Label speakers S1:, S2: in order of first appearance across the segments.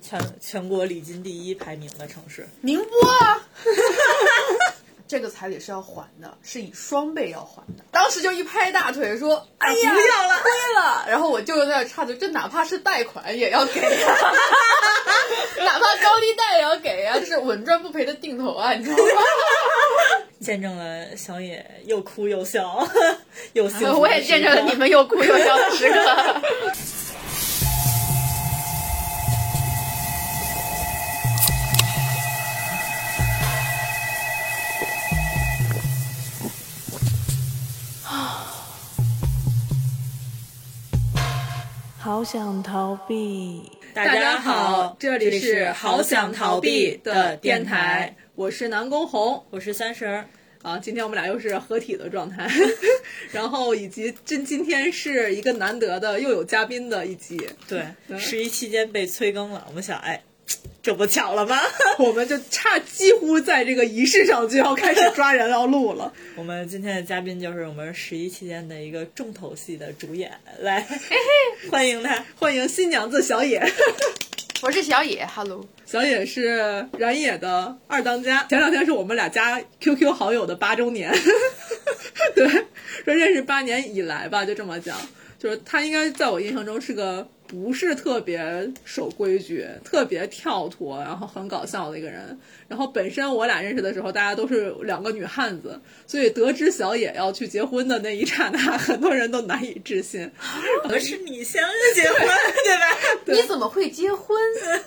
S1: 全全国礼金第一排名的城市。
S2: 宁波啊， 这个彩礼是要还的，是以双倍要还的。当时就一拍大腿说：“哎呀，
S1: 不要了
S2: 亏了！”然后我舅舅在那插嘴：“这哪怕是贷款也要给、啊， 哪怕高利贷也要给啊，这是稳赚不赔的定投啊，你知道吗？”
S1: 见证了小野又哭又笑， 又幸福的时光。
S2: 我也见证了你们又哭又笑的时刻。
S3: 好想逃避。
S1: 大家好，这里是好想逃避的电台，，
S2: 我是南宫红。
S1: 我是三十儿。
S2: 啊，今天我们俩又是合体的状 态，然后以及今今天是一个难得的又有嘉宾的一集，
S1: 对，十一期间被催更了，我们想，哎，这不巧了吗？
S2: 我们就差几乎在这个仪式上就要开始抓人要录了。
S1: 我们今天的嘉宾就是我们十一期间的一个重头戏的主演，来欢迎 他。
S2: 欢迎新娘子小野，
S4: 我是小野哈喽，
S2: 小野是燃野的二当家，前两天是我们俩加 QQ 好友的八周年， 对，说认识八年以来吧，就这么讲，就是他应该在我印象中是个不是特别守规矩、特别跳脱，然后很搞笑的一个人。然后本身我俩认识的时候，大家都是两个女汉子，所以得知小野要去结婚的那一刹那，很多人都难以置信。
S1: 我是你先结婚， 对吧？
S4: 你怎么会结婚？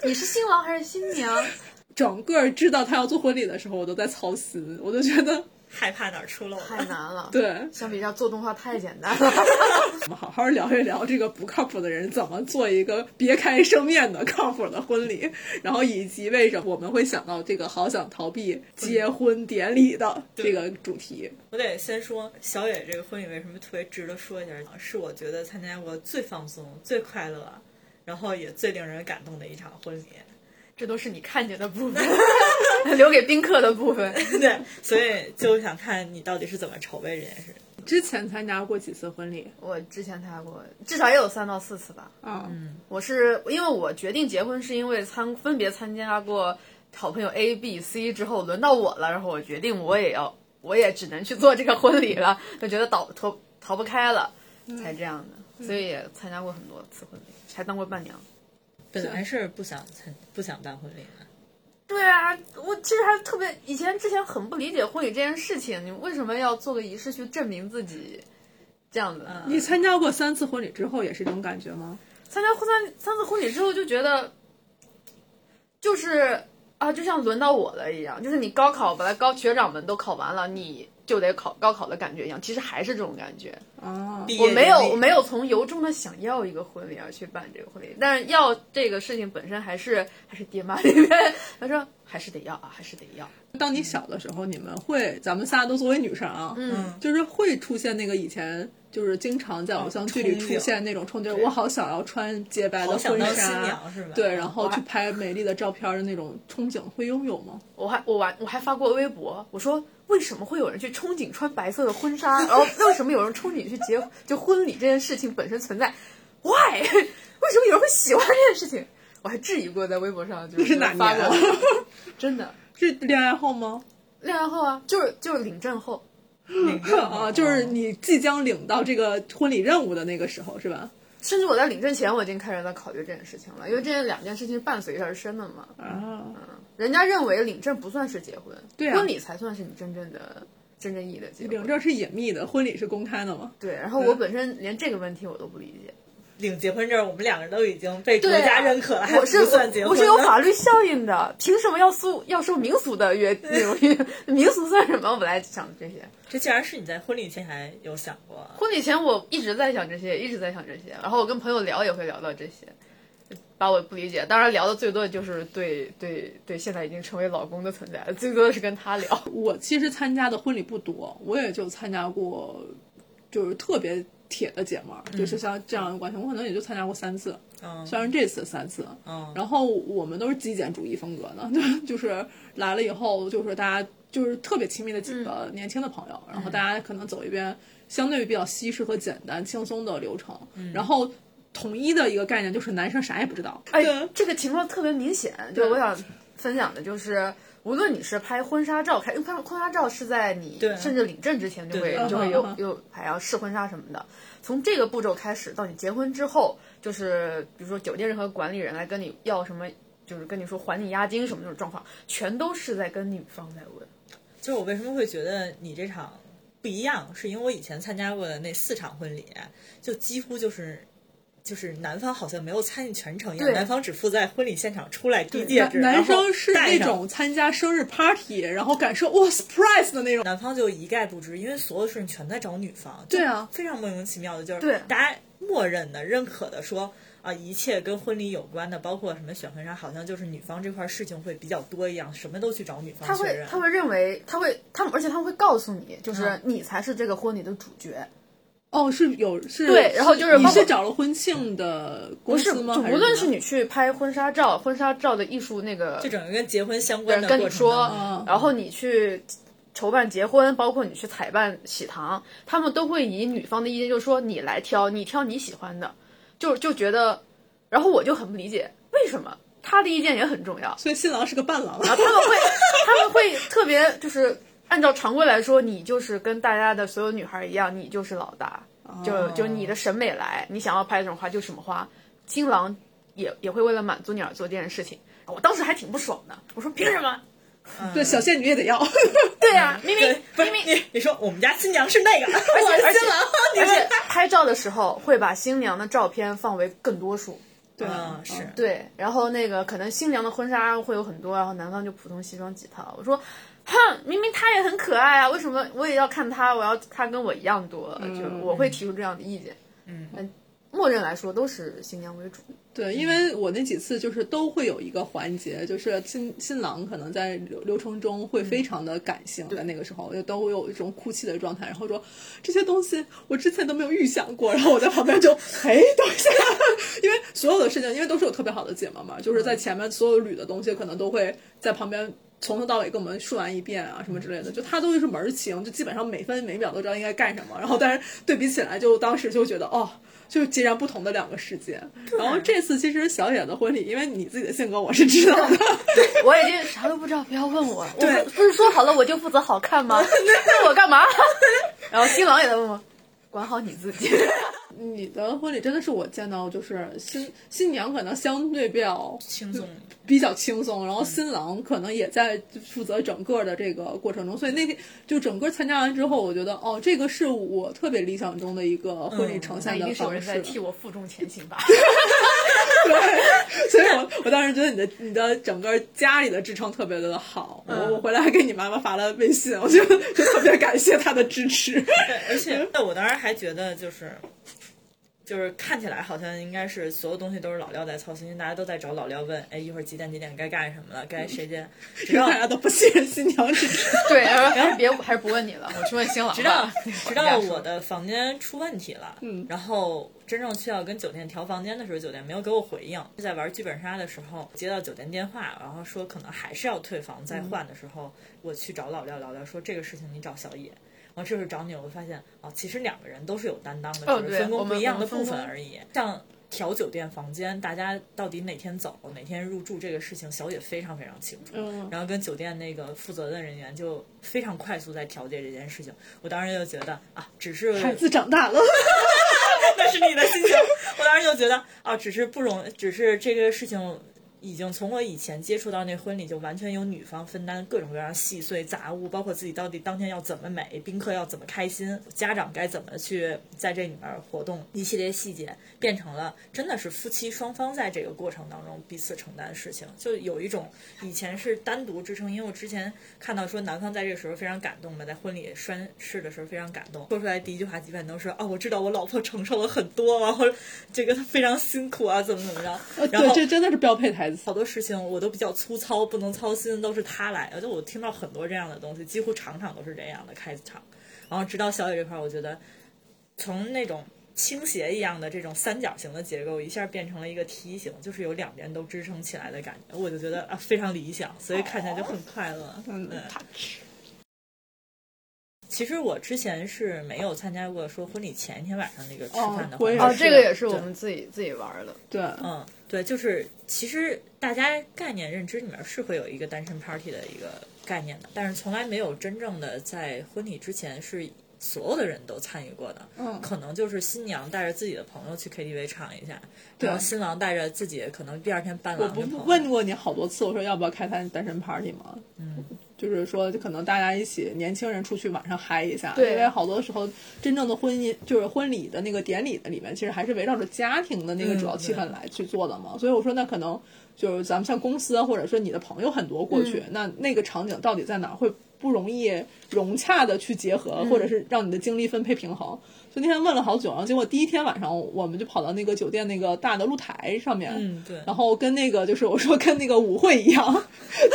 S4: 你是新郎还是新娘？
S2: 整个知道他要做婚礼的时候，我都在操心，我就觉得。
S1: 害怕哪儿出漏
S4: 太
S1: 了。
S4: 难了，
S2: 对，
S4: 相比较做动画太简单了。
S2: 我们好好聊一聊这个不靠谱的人怎么做一个别开生面的靠谱的婚礼，然后以及为什么我们会想到这个好想逃避结婚典礼的这个主题。
S1: 我得先说小野这个婚礼为什么特别值得说一下，是我觉得参加过最放松、最快乐，然后也最令人感动的一场婚礼。
S4: 这都是你看见的部分， 留给宾客的部分。
S1: 对，所以就想看你到底是怎么筹备这件事。
S2: 之前参加过几次婚礼
S4: 我之前参加过，至少也有三到四次吧。
S2: 啊？
S4: 我是因为我决定结婚，是因为参分别参加过好朋友 A、B、C 之后，轮到我了，然后我决定我也要，我也只能去做这个婚礼了，就觉得逃逃逃不开了，才这样的。所以也参加过很多次婚礼，还当过伴娘。
S1: 本来是不想参，不想办婚礼的。
S4: 对啊，我其实还特别以前之前很不理解婚礼这件事情，你为什么要做个仪式去证明自己这样子？
S2: 你参加过三次婚礼之后也是这种感觉吗？
S4: 参加婚三三次婚礼之后就觉得，就是啊，就像轮到我了一样，就是你高考本来高学长们都考完了，你就得考高考的感觉一样，其实还是这种感觉。
S2: 啊，
S1: 毕业
S4: 我没有
S1: 典礼
S4: 我没有从由衷的想要一个婚礼而去办这个婚礼，但是要这个事情本身还是还是爹妈那边，他说还是得要啊，还是得要。
S2: 当你小的时候，你们会，咱们仨都作为女生啊，
S1: 嗯
S2: 就是会出现那个以前就是经常在偶像剧
S1: 啊
S2: 里出现那种憧憬，我好想要穿洁白的
S1: 好想
S2: 婚
S1: 当新
S2: 纱
S1: 娘是吧，
S2: 对，然后去拍美丽的照片的那种憧憬，会拥有吗？
S4: 我还我玩我还发过微博，我说为什么会有人去憧憬穿白色的婚纱，然后为什么有人憧憬去结就婚礼这件事情本身存在？Why？为 什么有人会喜欢这件事情？我还质疑过在微博上，就
S2: 你是哪
S4: 发
S2: 年
S4: 过
S2: 啊？
S4: 来，真的
S2: 是恋爱后吗？
S4: 恋爱后啊，就是就是领证后，
S1: 领证
S2: 啊，就是
S1: 嗯
S2: 你即将领到这个婚礼任务的那个时候，是吧？
S4: 甚至我在领证前我已经开始在考虑这件事情了，因为这件两件事情是伴随而生的嘛。
S2: 啊，
S4: 人家认为领证不算是结婚，
S2: 对啊
S4: 婚礼才算是你真正的真正意义的结婚。
S2: 领证是隐秘的，婚礼是公开的吗？
S4: 对，然后我本身连这个问题我都不理解。
S1: 领结婚证，我们两个人都已经被国
S4: 对啊
S1: 家认可了，还
S4: 我
S1: 不
S4: 是
S1: 算结婚呢。
S4: 我是有法律效应的，凭什么要诉要受民俗的约那种约？民俗算什么？我本来想这些，
S1: 这竟然是你在婚礼前还有想过？啊
S4: 婚礼前我一直在想这些，一直在想这些，然后我跟朋友聊也会聊到这些。把我不理解，当然聊的最多的就是对对对，现在已经成为老公的存在，最多的是跟他聊。
S2: 我其实参加的婚礼不多，我也就参加过，就是特别铁的姐们儿，就是像这样的关系，我可能也就参加过三次，
S1: 嗯
S2: 虽然这次三次，
S1: 嗯，
S2: 然后我们都是极简主义风格的， 对，就是来了以后，就是大家就是特别亲密的几
S4: 嗯
S2: 个年轻的朋友，
S4: 嗯
S2: 然后大家可能走一遍相对比较西式和简单轻松的流程，然后统一的一个概念，就是男生啥也不知道。
S4: 哎
S1: 对，
S4: 这个情况特别明显。就
S2: 对
S4: 我想分享的就是，无论你是拍婚纱照，开因为婚婚纱照是在你
S1: 对
S4: 甚至领证之前就会
S1: 对对
S4: 就会
S2: 嗯
S4: 有
S2: 嗯嗯
S4: 有还要试婚纱什么的。从这个步骤开始到你结婚之后，就是比如说酒店任何管理人来跟你要什么，就是跟你说还你押金什么这种状况，全都是在跟女方在问。
S1: 就是我为什么会觉得你这场不一样，是因为我以前参加过的那四场婚礼，就几乎就是。就是男方好像没有参与全程一样，
S4: 对
S1: 男方只负责在婚礼现场出来递戒指，
S2: 男男
S1: 然后
S2: 生是
S1: 戴
S2: 那
S1: 上
S2: 种参加生日 party，然后感受哇 surprise 的那种。
S1: 男方就一概不知，因为所有事情全在找女方。
S2: 对啊
S1: 就非常莫名其妙的，就是
S4: 对
S1: 大家默认的、认可的说啊，一切跟婚礼有关的，包括什么选婚纱，好像就是女方这块事情会比较多一样，什么都去找女
S4: 他
S1: 方确
S4: 会
S1: 认。
S4: 他会认为他会他们，而且他们会告诉你，就是
S1: 嗯
S4: 你才是这个婚礼的主角。
S2: 哦，是有是，
S4: 对然后就是
S2: 你
S4: 包括
S2: 是找了婚庆的
S4: 不
S2: 公
S4: 是，
S2: 司
S4: 就
S2: 吗？还
S4: 无论
S2: 什
S4: 是
S2: 么
S4: 你去拍婚纱照，婚纱照的艺术那个
S1: 这整个跟结婚相
S4: 有
S1: 关
S4: 人
S1: 的
S4: 跟
S1: 过
S4: 你
S1: 程
S4: 说
S1: 当中，
S2: 嗯，
S4: 然后你去筹办结婚，包括你去采办喜糖，他们都会以女方的意见，就是说你来挑，你挑你喜欢的，就就觉得，然后我就很不理解为什么他的意见也很重要，
S2: 所以新郎是个伴郎。
S4: 啊然后他们会他们 会特别就是按照常规来说，你就是跟大家的所有女孩一样，你就是老大，
S1: 哦
S4: 就就你的审美来，你想要拍什么花就什么花。新郎也也会为了满足你而做这件事情，我当时还挺不爽的，我说凭什么？
S2: 对
S4: 嗯
S2: 小仙女也得要，
S4: 对呀、明明
S1: 对，不是
S4: 明明
S1: 你你说我们家新娘是那个，
S4: 而 且
S1: 我
S4: 而
S1: 是
S4: 且
S1: 新郎，
S4: 而且拍照的时候会把新娘的照片放为更多数。
S2: 对
S1: 嗯 是
S4: 对，然后那个可能新娘的婚纱会有很多，然后男方就普通西装几套。我说，哼，明明她也很可爱啊，为什么我也要看她？我要她跟我一样多，就我会提出这样的意见。嗯，但默认来说都是新娘为主。
S2: 对，因为我那几次就是都会有一个环节，就是新新郎可能在流流程中会非常的感性，在那个时候就都会有一种哭泣的状态，然后说这些东西我之前都没有预想过，然后我在旁边就哎等一下， 因为所有的事情，因为都是有特别好的姐妹嘛，就是在前面所有捋的东西，可能都会在旁边。从头到尾跟我们述完一遍啊，什么之类的，就他都是门儿清，就基本上每分每秒都知道应该干什么。然后，但是对比起来，就当时就觉得哦，就是截然不同的两个世界。然后这次其实小野的婚礼，因为你自己的性格我是知道的，
S4: 我已经啥都不知道，不要问我。我不不是说好了我就负责好看 吗？问我干 嘛？然后新郎也在问我，管好你自 己。
S2: 你的婚礼真的是我见到就是新新娘可能相对比较
S1: 轻松。
S2: 比较轻松，然后新郎可能也在负责整个的这个过程中，所以那天就整个参加完之后，我觉得哦，这个是我特别理想中的一个婚
S1: 嗯
S2: 礼呈现的方式。
S4: 我负重前行吧？
S2: 对， 所以我我当时觉得你的你的整个家里的支撑特别的好，我、
S1: 嗯
S2: 我回来还给你妈妈发了微信，我就就特别感谢她的 支持。
S1: 对，而且我当时还觉得就是。就是看起来好像应该是所有东西都是老廖在操心，大家都在找老廖问，哎，一会儿几点几点该干什么了，该谁家，直
S2: 因为
S1: 到
S2: 大家都不信任新娘是谁。
S4: 对， 呃然后别还是不问你了，我去问新郎吧。
S1: 直到直到
S4: 说
S1: 我的房间出问题了，嗯，然后真正去要跟酒店调房间的时候，酒店没有给我回应。在玩剧本杀的时候，接到酒店电话，然后说可能还是要退房再换的时候，我去找老廖聊聊，说这个事情你找小野。然后这时候找你，我会发现哦，其实两个人都是有担当的，
S4: 哦
S1: 只
S4: 对
S1: 是分
S4: 我
S1: 工不
S4: 们
S1: 一样的
S4: 我们
S1: 部
S4: 分
S1: 分
S4: 工
S1: 而已。像调酒店房间，大家到底哪天走、哪天入住这个事情，小野非常非常清楚。
S2: 嗯
S1: 然后跟酒店那个负责的人员就非常快速在调解这件事情。我当时就觉得啊，只是
S2: 孩子长大了，
S1: 那是你的心情。我当时就觉得啊，只是不容，只是这个事情已经从我以前接触到那婚礼，就完全由女方分担各种各样细碎杂物，包括自己到底当天要怎么美，宾客要怎么开心，家长该怎么去在这里面活动，一系列细节变成了真的是夫妻双方在这个过程当中彼此承担事情，就有一种以前是单独支撑，因为我之前看到说男方在这个时候非常感动嘛，在婚礼宣誓的时候非常感动，说出来第一句话基本都是啊，我知道我老婆承受了很多，然后 这个她非常辛苦啊，怎么怎么着，然
S2: 对，
S1: 后
S2: 这真的是标配台词。
S1: 好多事情我都比较粗糙，不能操心，都是他来。而且我听到很多这样的东西，几乎场场都是这样的开场。然后直到小野这块，儿，我觉得从那种倾斜一样的这种三角形的结构，一下变成了一个梯形，就是有两边都支撑起来的感觉。我就觉得啊，非常理想，所以看起来就很快乐。
S2: 哦嗯
S1: 对，
S2: ，touch
S1: 其实我之前是没有参加过说婚礼前一天晚上那个吃
S2: 哦
S1: 饭的
S2: 我
S1: 环
S2: 也
S1: 节。
S4: 哦，
S2: 是
S4: 这个也是我们自己自己玩的。
S2: 对，
S1: 嗯，对，就是其实大家概念认知里面是会有一个单身 party 的一个概念的，但是从来没有真正的在婚礼之前是所有的人都参与过的。
S2: 嗯
S1: 可能就是新娘带着自己的朋友去 KTV 唱一下，
S2: 对
S1: 然后新郎带着自己可能第二天伴
S2: 我
S1: 郎的
S2: 不
S1: 朋友。
S2: 问过你好多次，我说要不要开单单身 party 吗？
S1: 嗯，
S2: 就是说，可能大家一起年轻人出去晚上嗨一下，
S4: 对
S2: 因为好多时候真正的婚姻就是婚礼的那个典礼的里面，其实还是围绕着家庭的那个
S1: 嗯
S2: 主要气氛来去做的嘛。所以我说，那可能就是咱们像公司啊或者说你的朋友很多过
S1: 嗯
S2: 去，那那个场景到底在哪儿会不容易融洽的去结合，
S1: 嗯
S2: 或者是让你的精力分配平衡？所以那天问了好久，然后结果第一天晚上我们就跑到那个酒店那个大的露台上面，
S1: 嗯，对。
S2: 然后跟那个就是我说跟那个舞会一样，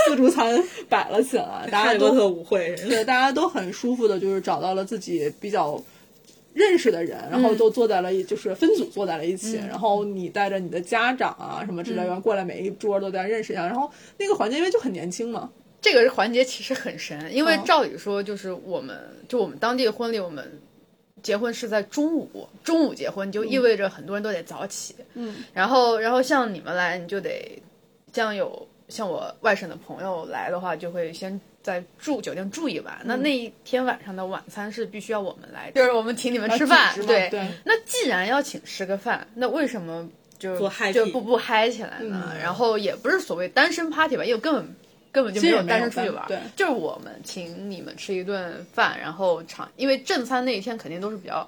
S2: 自助餐摆了起来，大
S1: 哈
S2: 家
S1: 利波特
S2: 都
S1: 舞会，
S2: 对大家都很舒服的，就是找到了自己比较认识的人，然
S4: 嗯
S2: 后都坐在了一就是分组坐在了一起，然后你带着你的家长啊什么之类的，
S4: 嗯
S2: 然后过来每一桌都在认识一下，然后那个环节因为就很年轻嘛，
S4: 这个环节其实很神，因为
S2: 哦
S4: 照理说就是我们就我们当地的婚礼，我们结婚是在中午，中午结婚就意味着很多人都得早起，
S2: 嗯，
S4: 然后然后像你们来，你就得像有像我外省的朋友来的话，就会先。在住酒店住一晚，那那一天晚上的晚餐是必须要我们来，就是我们请你们吃饭，
S2: 组织嘛
S4: 对
S2: 对，
S4: 那既然要请吃个饭，那为什么就
S1: 不 happy
S4: 就不不嗨起来呢？然后也不是所谓单身 party 吧，因为根本根本就没有单身出去玩
S2: 其实也没有单对，
S4: 就是我们请你们吃一顿饭，然后尝，因为正餐那一天肯定都是比较。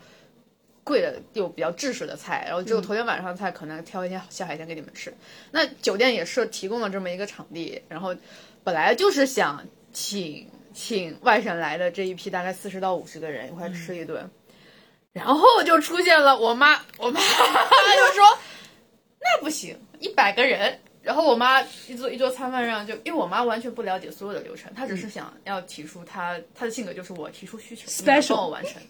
S4: 贵的又比较制式的菜，然后只有头天晚上的菜可能挑一天下海鲜给你们吃。那酒店也是提供了这么一个场地，然后本来就是想请请外省来的这一批大概四十到五十个人一块吃一顿，然后就出现了我妈，我妈就说那不行，一百个人。然后我妈一桌一桌餐饭上就，因为我妈完全不了解所有的流程，她只是想要提出她她的性格就是我提出需求，你们
S2: Special
S4: 帮我完成。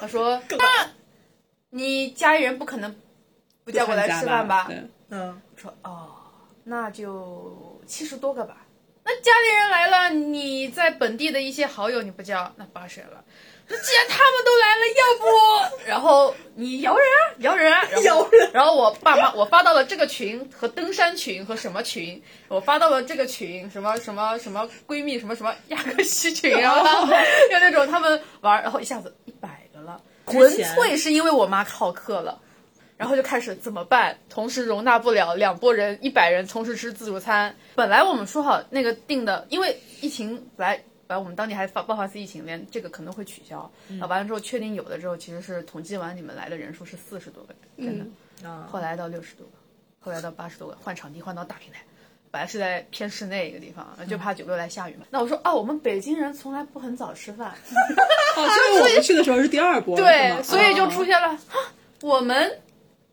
S4: 她说那你家里人不可能不叫过来吃饭吧？
S2: 对
S1: 嗯，
S4: 说哦，那就七十多个吧。那家里人来了，你在本地的一些好友你不叫，那八十了。那既然他们都来 了，要不然后你摇人啊，摇人啊，然后
S1: 摇人
S4: 然后我爸妈，我发到了这个群和登山群和什么群，我发到了这个群什么什么什么闺蜜什么什么亚克西群，然后他们就那种他们玩儿，然后一下子一百个了，纯
S1: 前
S4: 粹是因为我妈好客了。然后就开始怎么办？同时容纳不了两拨人，一百人同时吃自助餐。本来我们说好那个定的，因为疫情本来本来我们当地还发爆发次疫情，连这个可能会取消。啊，完了之后确定有的之后，其实是统计完你们来的人数是四十多个人，真的。
S1: 啊，
S4: 后来到六十多个，后来到八十多个，换场地换到大平台。本来是在偏室内一个地方，就怕九六来下雨嘛。那我说啊，我们北京人从来不很早吃饭，
S2: 哦，所以我们去的时候是第二波，是吗
S4: 对，所以就
S2: 哦
S4: 出现了，哈，我们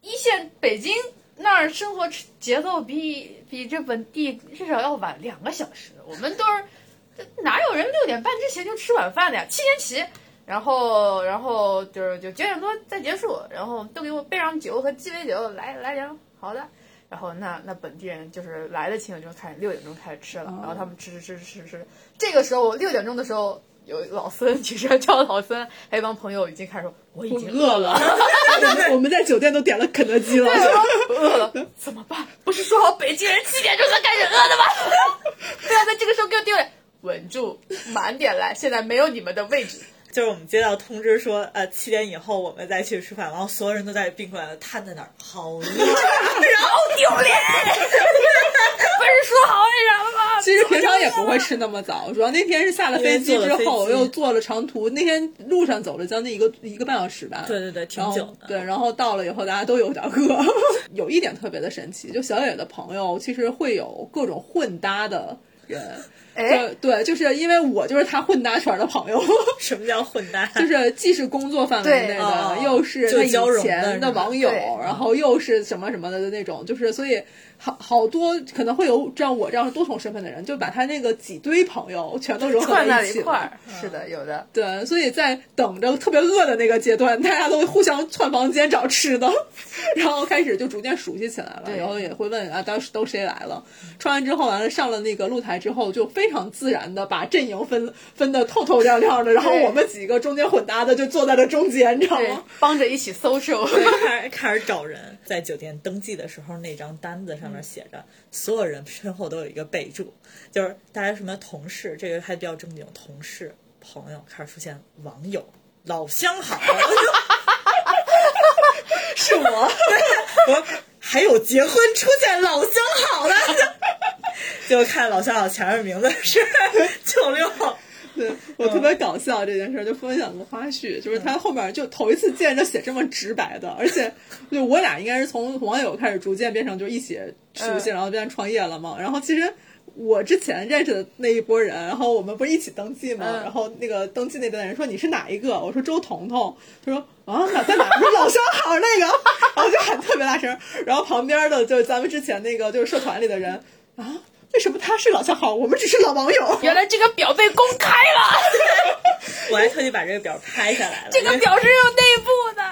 S4: 一线北京那儿生活节奏比比这本地至少要晚两个小时，我们都是这哪有人六点半之前就吃晚饭的呀？七点起，然后然后就是就九点多再结束，然后都给我备上酒和鸡尾酒，来来点好的。然后那那本地人就是来的亲友就开始六点钟开始吃了，然后他们吃吃吃吃吃吃，这个时候我六点钟的时候有老孙，其实叫老孙，还有一帮朋友已经开始说我已
S2: 我
S4: 经
S2: 饿了，我们 我们在酒店都点了肯德基了，
S4: 饿了，怎么办？不是说好北京人七点钟才开始饿的吗？对啊，在这个时候给我定位，稳住，晚点来，现在没有你们的位置。
S1: 就是我们接到通知说，呃，七点以后我们再去吃饭，然后所有人都在宾馆瘫在那儿，好热。
S4: 然后丢脸， 不是说好那什么吗？
S2: 其实平常也不会吃那么早，主要那天是下了飞机之
S1: 因为坐了
S2: 后
S1: 飞机
S2: 又坐了长途，那天路上走了将近一个一个半小时吧。
S1: 对对对，挺
S2: 然后
S1: 久的。
S2: 对，然后到了以后，大家都有点饿。 有一点特别的神奇，就小野的朋友其实会有各种混搭的人，
S4: 哎
S2: 就对，就是因为我就是他混搭圈的朋友，
S1: 什么叫混搭？
S2: 就是既是工作范围内
S4: 对
S2: 的
S1: 哦，
S2: 又是
S1: 就
S2: 他
S1: 交
S2: 以
S1: 融的
S2: 前
S1: 是吧
S2: 网友
S4: 对，
S2: 然后又是什么什么的那种，就是所以好好多可能会有这样我这样多重身份的人，就把他那个几堆朋友全都融合
S4: 串
S2: 在
S4: 在
S2: 一
S4: 一嗯
S2: 起
S4: 块
S2: 了。
S4: 儿，是的，有的。
S2: 对，所以在等着特别饿的那个阶段，大家都互相窜房间找吃的，然后开始就逐渐熟悉起来了。
S4: 对
S2: 然后也会问啊，当时都谁来了？吃完之后，完了上了那个露台来之后，就非常自然的把阵营分分的透透亮亮的，然后
S4: 对
S2: 我们几个中间混搭的就坐在了中间，你知道
S4: 对
S2: 吗？，
S4: 帮着一起 social。
S1: 开始 开始找人，在酒店登记的时候，那张单子上面写
S4: 嗯
S1: 着，所有人身后都有一个备注，就是大家什么同事，这个还比较正经，同事、朋友开始出现网友、老相好，
S2: 是我，
S1: 我还有结婚出现老相好的， 就看老相好前面名字是九六，
S2: 对 我特别
S4: 嗯
S2: 搞笑这件事儿，就分享过花絮，就是他后面就头一次见着写这么直白的，而且就我俩应该是从网友开始逐渐变成就一起熟悉，
S4: 嗯
S2: 然后变成创业了嘛。然后其实我之前认识的那一波人，然后我们不是一起登记嘛，
S4: 嗯
S2: 然后那个登记那边的人说你是哪一个？我说周彤彤，他说啊哪在哪？我说老相好那个， 然后就喊特别大声，然后旁边的就是咱们之前那个就是社团里的人啊。为什么他是老相好，我们只是老网友？
S4: 原来这个表被公开了，
S1: 我还特地把这个表拍下来了，
S4: 这个表是有内部的。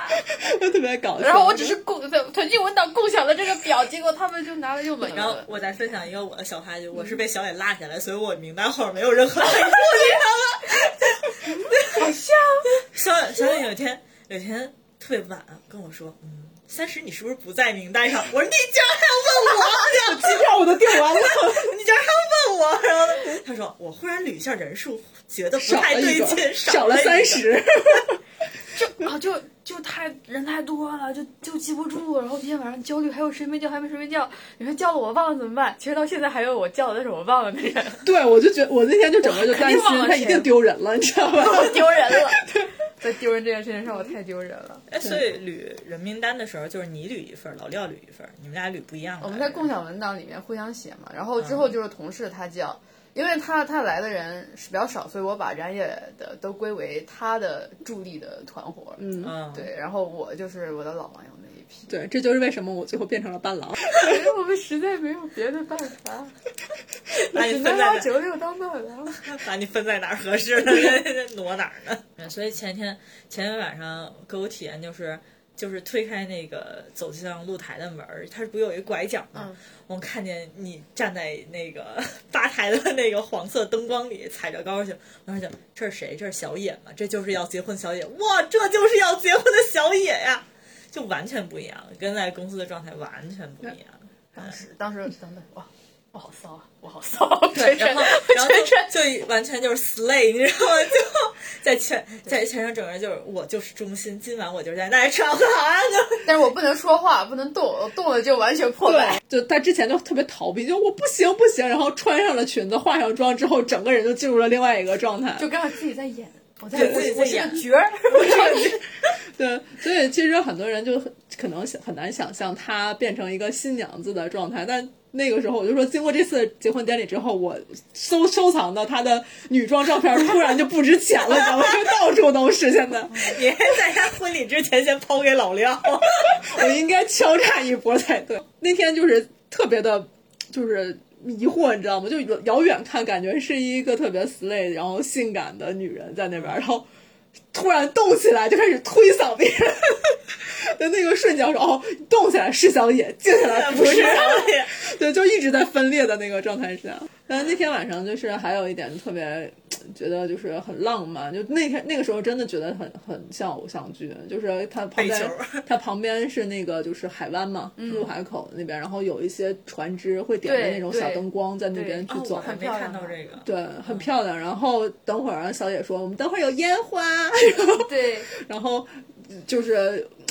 S2: 就特别搞笑。
S4: 然后我只是共腾讯文档共享了这个表，结果他们就拿了又没
S1: 然后
S4: 了。
S1: 我再分享一个我的小插曲，我是被小野拉下来，所以我名单后面没有任何 黑幕，
S4: 好像
S1: 你知道吗？小小野有一天有一天特别晚跟我说，嗯，三十你是不是不在名单上？我说你居然还要问我，
S2: 机票我都订完了，
S1: 你居然还要问我，然后呢他说我忽然捋一下人数，觉得不
S2: 少
S1: 太
S2: 了一
S1: 对
S2: 个，
S1: 劲，
S2: 少
S1: 了
S2: 了
S1: 一个
S2: 三。十。
S4: 就啊，就就太人太多了，就就记不住，然后今天晚上焦虑，还有谁没叫，还没谁没叫，你说叫了我忘了怎么办？其实到现在还有我叫的，但是我忘了的人，
S2: 对，我就觉得我那天就整个就担
S4: 肯
S2: 心
S4: 定忘了
S2: 他一定丢人了，你知道吧？
S4: 我丢人啊了。 在丢人这件事情上，我太丢人了。
S1: 哎，所以捋人名单的时候，就是你捋一份，老廖捋一份，你们俩捋不一样的。
S4: 我们在共享文档里面互相写嘛，然后之后就是同事他叫，因为他他来的人是比较少，所以我把冉野的都归为他的助力的团伙。嗯，
S1: 嗯，
S4: 对，然后我就是我的老网友那一批，
S2: 对，这就是为什么我最后变成了伴郎。
S4: 因为我们实在没有别的办法，
S1: 把你
S4: 只
S1: 分
S4: 能
S1: 在哪
S4: 拿
S1: 儿
S4: 九六当伴郎。
S1: 把你分在哪儿合适呢？ 挪哪儿呢？嗯所以前天前天晚上给我体验就是。就是推开那个走向露台的门儿，它不有一个拐角吗？
S4: 嗯
S1: 我看见你站在那个 吧台的那个黄色灯光里，踩着高跟鞋。我当时想，这是谁？这是小野吗？这就是要结婚小野！哇，这就是要结婚的小野呀！就完全不一样，跟在公司的状态完全不一样。
S4: 当时当时等等哇，我好骚啊，我好骚 啊，
S1: 对，
S4: 全
S1: 然
S4: 身
S1: 后 然后
S4: 全身。
S1: 就就完全就是 slay，你知道吗？就 在全在全场整个人就是我就是中心，今晚我就是在那里吃好喝好啊，就
S4: 但是我不能说话，不能动，我动了就完全破百。，
S2: 就他之前就特别逃避，就我不行不行，然后穿上了裙子，化上妆之后，整个人就进入了另外一个状态。
S4: 就刚好自己在演，我在
S1: 对
S4: 我
S1: 自己
S4: 我
S1: 在
S4: 是个
S1: 演
S4: 角儿，我是个角儿。
S2: 对，所以其实很多人就很可能想很难想象她变成一个新娘子的状态，但。那个时候我就说，经过这次结婚典礼之后，我收收藏的她的女装照片突然就不值钱了，然后就到处都是。现在
S1: 你还在他婚礼之前先抛给老廖，
S2: 我应该敲诈一波才对。那天就是特别的，就是迷惑，你知道吗？就遥远看感觉是一个特别 slay，然后性感的女人在那边，然后突然动起来就开始推搿别人。 的那个瞬间，我说哦，动起来是小野，静下来不
S1: 不是啊老
S2: 是。
S1: 廖
S2: 对，就一直在分裂的那个状态下。但是那天晚上就是还有一点特别觉得就是很浪漫，就那天那个时候真的觉得很很像偶像剧，就是它旁
S1: 背
S2: 边
S1: 球
S2: 它旁边是那个就是海湾嘛，入海口那边，然后有一些船只会点着
S4: 对
S2: 那种小
S4: 对
S2: 灯光在那
S4: 对
S2: 边去
S1: 哦我
S2: 走。
S1: 还没看到这个，
S2: 对，很漂亮。然后等会儿啊，小野说我们等会儿有烟花，
S4: 对，
S2: 然后就是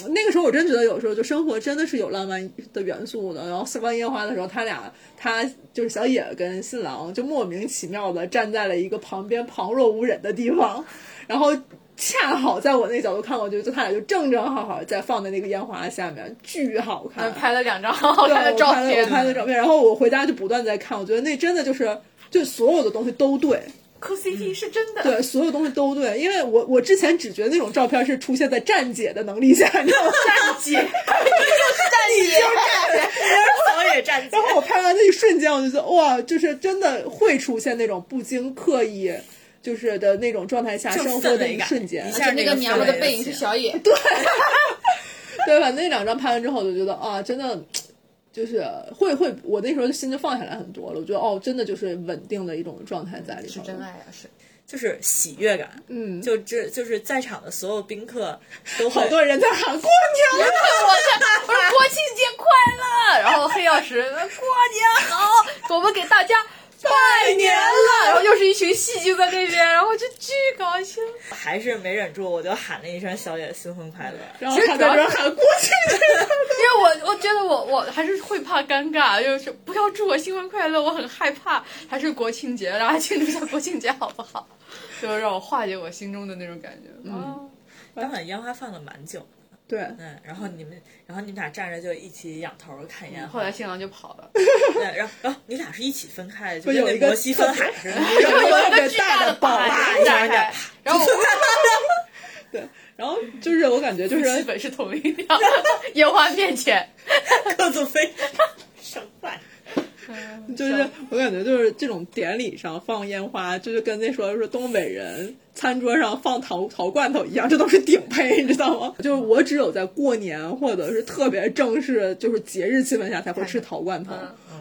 S2: 嗯那个时候，我真觉得有时候就生活真的是有浪漫的元素的。然后四观烟花的时候，他俩他就是小野跟新郎就莫名其妙的站在了一个旁边旁若无人的地方，然后。恰好在我那角度看过去，就他俩就正正好好在放在那个烟花下面，巨好看。
S4: 嗯拍了两张好好看的
S2: 对
S4: 照
S2: 我拍
S4: 片。
S2: 了照片，然后我回家就不断在看，我觉得那真的就是，就所有的东西都对，
S4: 磕 CP 是真的，
S2: 嗯 对，所有东西都对，因为我我之前只觉得那种照片是出现在站姐的能力下，你知道吗？站 姐，
S4: 站姐，
S1: 小野站起
S2: 然后我拍完那一瞬间，我就觉得哇，就是真的会出现那种不经刻意，就是的那种状态下
S1: 就是
S2: 生
S1: 氛
S2: 活的
S1: 围
S2: 一
S1: 感
S2: 瞬间
S1: 一
S4: 而
S1: 下。
S4: 且那个娘们的背影是小野，对，
S2: 对吧？那两张拍完之后，我就觉得啊，真的就是会会，我那时候心就放下来很多了。我觉得哦，真的就是稳定的一种状态在里头，
S4: 是真爱。啊，是
S1: 就是喜悦感，
S2: 嗯，
S1: 就这就是在场的所有宾客都会
S2: 好多人在喊过年了，
S4: 我说国庆节快乐，然后黑曜石过年好，我们给大家拜年了，然后又是一群戏精在这边，然后就巨搞笑。
S1: 还是没忍住，我就喊了一声“小野新婚快乐
S2: 然后他在这儿喊过去
S4: 因为我我觉得我我还是会怕尴尬，就是不要祝我新婚快乐，我很害怕。还是国庆节，大家庆祝一下国庆节好不好？就让我化解我心中的那种感觉。嗯，”。
S1: 当晚烟花放了蛮久，
S2: 对，
S1: 嗯，然后你们，然后你们俩站着就一起仰头看烟
S4: 嗯后
S1: 花，
S4: 来 新郎就跑了，
S1: 对，然后然后你俩是一起分开的，就
S2: 会有
S1: 跟
S2: 一
S1: 那
S2: 个
S1: 摩西分海似的。
S2: 然后有特别
S4: 巨
S2: 大
S4: 大
S2: 的
S4: 的
S2: 爆
S4: 啪
S2: 发
S4: 一
S2: 一下
S4: 下
S2: 下
S4: 开，，然后我
S2: 对，然后就是我感觉就
S4: 基
S2: 是
S4: 本是同一条烟花面前。
S1: 各自飞， 什么玩意儿？
S2: 就是我感觉就是这种典礼上放烟花，就是跟那说说东北人餐桌上放桃桃罐头一样，这都是顶配，你知 道吗？就是我只有在过年或者是特别正式，就是节日气氛下才会
S1: 嗯
S2: 吃桃罐头，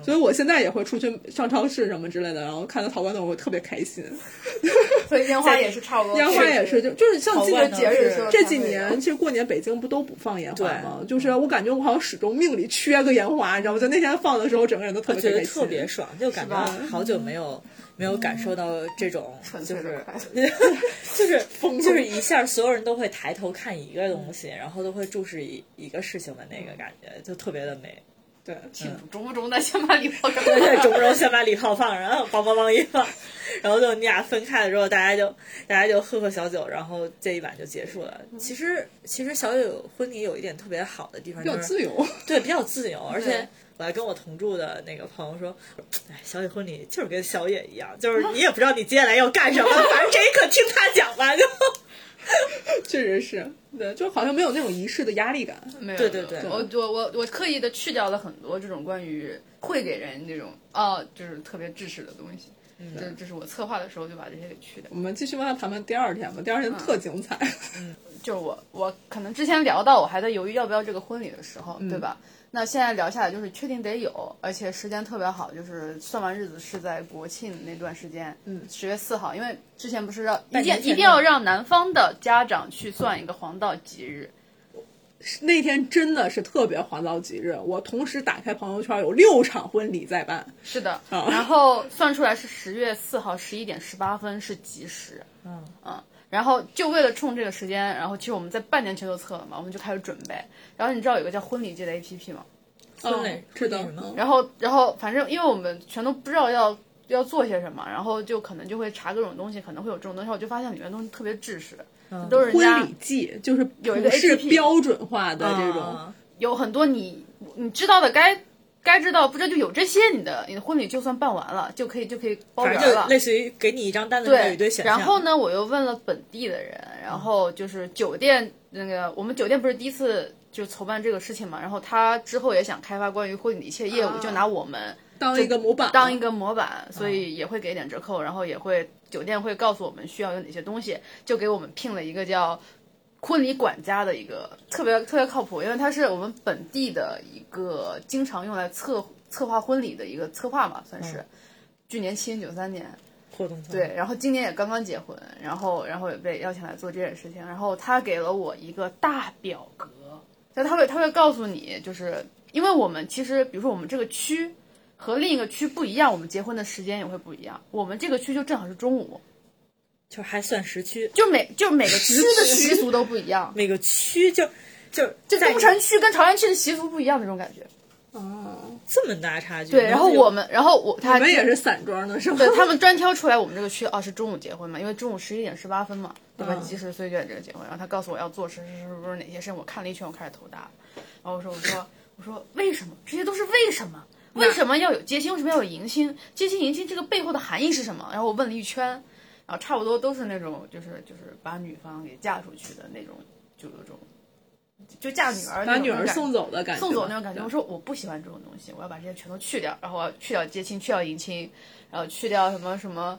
S2: 所以我现在也会出去上超市什么之类的，然后看到桃罐头我会特别开心。
S4: 所以烟花也是差
S1: 哦
S4: 不多
S2: 烟花也是，就就是像
S1: 桃
S2: 今
S1: 罐
S2: 年
S1: 头
S4: 节日的时候
S2: 这几年其实过年北京不都不放烟花吗？就是我感觉我好像始终命里缺个烟花，你知道吗？就那天放的时候，我整个人都特
S1: 我啊
S2: 别
S1: 觉
S2: 开
S1: 得
S2: 心，
S1: 特别爽，就感觉
S4: 吧
S1: 好久没有没有感受到这种，就
S2: 嗯
S4: 粹的
S1: 是
S4: 快
S1: 就是就是一下所有人都会抬头看一个
S2: 嗯
S1: 东西，然后都会注视一一个事情的那个感觉，就特别的美。
S2: 对。嗯
S4: 中不中的先把礼炮给
S1: 对对，
S4: 我。
S1: 中不中先把礼炮放上，然后梆梆梆一放，然后就你俩分开了之后，大家就大家就喝喝小酒，然后这一晚就结束了。
S4: 嗯
S1: 其实其实小友婚礼有一点特别好的地方，
S2: 比较
S1: 就是
S2: 自由，
S1: 对，比较自由，而且
S4: 对。
S1: 我还跟我同住的那个朋友说，哎，小野婚礼就是跟小野一样， 就是你也不知道你接下来要干什么，反正这一刻听他讲吧，就
S2: 确实是，对，就好像没有那种仪式的压力感。
S4: 没有，
S1: 对对对
S4: 我我我我刻意的去掉了很多这种关于会给人那种啊，就是特别知识的东西。嗯，这这是我策划的时候就把这些给去掉。
S2: 我们继续往下谈谈第二天吧，第二
S4: 嗯
S2: 天特精彩。
S4: 就是我我可能之前聊到我还在犹豫要不要这个婚礼的时候，
S1: 嗯
S4: 对吧？那现在聊下来就是确定得有，而且时间特别好，就是算完日子是在国庆那段时间，嗯，十月四号，因为之前不是让一
S1: 半
S4: 定
S1: 年前
S4: 一定要让南方的家长去算一个黄道吉日，
S2: 那天真的是特别黄道吉日，我同时打开朋友圈，有六场婚礼在办，
S4: 是的，
S1: 嗯
S2: 啊
S4: 然后算出来是十月四号十一点十八分是吉时，
S1: 嗯
S4: 然后就为了冲这个时间，然后其实我们在半年前就测了嘛，我们就开始准备。然后你知道有个叫婚礼界的 APP 吗？
S1: 婚礼
S2: 知道
S1: 婚礼什么
S4: 然后然后反正因为我们全都不知道要要做些什么，然后就可能就会查各种东西，可能会有这种东西，我就发现里面东西特别制式，
S1: 嗯
S4: 都是人家
S2: 婚礼季就是
S4: 有一个
S2: 不是
S4: APP
S2: 标准化的这种，
S1: 啊
S4: 有很多你你知道的该该知道，不知道就有这些，你的你的婚礼就算办完了，就可以就可以包
S1: 反
S4: 圆
S1: 正
S4: 了
S1: 就。类似于给你一张单子，里面有一堆嗯选项。
S4: 然后呢，我又问了本地的人，然后就是酒店那个，我们酒店不是第一次就筹办这个事情嘛，然后他之后也想开发关于婚礼一切业务，就拿我们
S2: 当一个模板，
S4: 当一个模板，所以也会给点折扣，
S1: 嗯
S4: 然后也会酒店会告诉我们需要有哪些东西，就给我们聘了一个叫。婚礼管家的一个特别特别靠谱，因为他是我们本地的一个经常用来策策划婚礼的一个策划嘛，算
S1: 嗯
S4: 是。去年七九三年，
S1: 活动方
S4: 对，然后今年也刚刚结婚，然后然后也被邀请来做这件事情，然后他给了我一个大表格，但他会他会告诉你，就是因为我们其实比如说我们这个区和另一个区不一样，我们结婚的时间也会不一样，我们这个区就正好是中午，
S1: 就是还算时区，，
S4: 就每就每个区的习俗都不一样
S1: 每个区就就
S4: 就
S1: 在
S4: 东城区跟朝阳区的习俗不一样那种感觉。
S2: 哦，
S1: 这么大差距。
S4: 对，然后
S1: 有
S4: 我们然后我他
S2: 我们也是散装的，是 吗？
S4: 对他们专挑出来我们这个区啊是中午结婚嘛，因为中午十一点十八分嘛，对
S2: 嗯
S4: 吧？及时所以就在这个结婚。然后他告诉我要做是是是不是哪些事情，我看了一圈，我开始头大了。然后我说我说我说为什么这些都是为什么？为什么要有接亲？为什么要有迎亲？接亲迎亲这个背后的含义是什么？然后我问了一圈，然后差不多都是那种就是就是把女方给嫁出去的那种，就有种就嫁女儿
S2: 把
S4: 那种
S2: 女儿
S4: 感觉
S2: 送走的感觉，
S4: 送走那种感觉。我说我不喜欢这种东西，我要把这些全都去掉，然后我要去掉接亲，去掉迎亲，然后去掉什么什么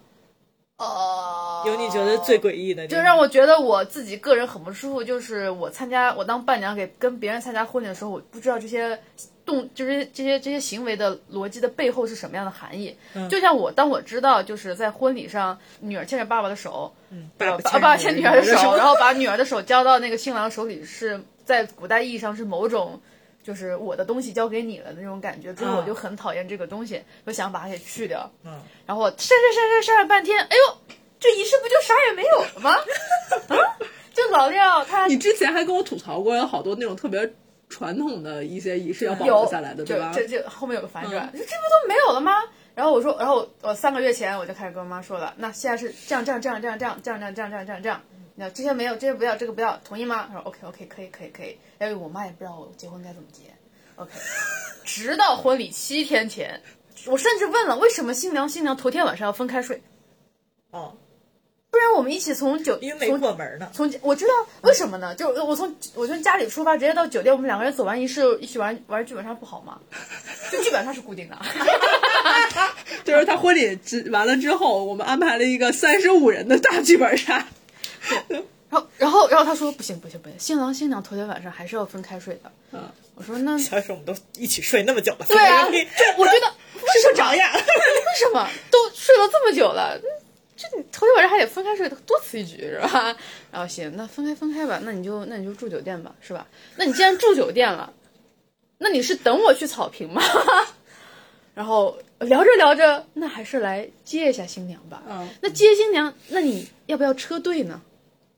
S4: 哦，
S1: 有你觉得最诡异的地
S4: 就
S1: 方？
S4: 让我觉得我自己个人很不舒服，就是我参加我当伴娘给跟别人参加婚礼的时候，我不知道这些动就是这些这些行为的逻辑的背后是什么样的含义。
S1: 嗯
S4: 就像我当我知道就是在婚礼上女儿牵着爸爸的手，
S1: 爸
S4: 把爸
S1: 牵
S4: 牵
S1: 着
S4: 女儿的手，然
S1: 手，
S4: 后把女儿的手交到那个新郎手里，是在古代意义上是某种。就是我的东西交给你了的那种感觉，之后我就很讨厌这个东西，我想把它给去掉。
S1: 嗯，
S4: 然后我扇扇扇扇扇了半天，哎呦，这仪式不就啥也没有了吗？啊，就老廖他
S2: 你之前还跟我吐槽过，有好多那种特别传统的一些仪式要保
S4: 有
S2: 留下来的，
S4: 就
S2: 对吧？嗯
S4: 这这后面有个反转，就这不都没有了吗？然后我说，然后我我三个月前我就开始跟我妈说了，那现在是这样这样这样这样这样这样这样这样这样这样这样，那这些没有，这些不要，这个不要，同意吗？她说 OK OK 可以可以可以，因为我妈也不知道我结婚该怎么结，OK，直到婚礼七天前，我甚至问了为什么新娘新娘头天晚上要分开睡，
S1: 哦，
S4: 不然我们一起从九
S1: 因为没
S4: 从
S1: 过门呢。
S4: 从我知道为什么呢？就是我从我从家里出发，直接到酒店，我们两个人走完仪式，一起玩玩剧本杀不好吗？就剧本杀是固定的，
S2: 就是他婚礼之完了之后，我们安排了一个三十五人的大剧本杀。嗯
S4: 然后然后然后他说不行不行不行，新郎新娘头天晚上还是要分开睡的。
S2: 嗯，
S4: 我说那
S1: 小时候我们都一起睡那么久了，
S4: 对啊，
S1: 你
S4: 就我觉得为什
S1: 睡
S4: 么
S1: 不着呀。
S4: 为什么都睡了这么久了，嗯这你头天晚上还得分开睡，多此一举是吧？然后行，那分开分开吧，那你就那你就住酒店吧，是吧？那你既然住酒店了，那你是等我去草坪吗？ 然后聊着聊着，那还是来接一下新娘吧。
S2: 嗯
S4: 那接新娘，那你要不要车队呢？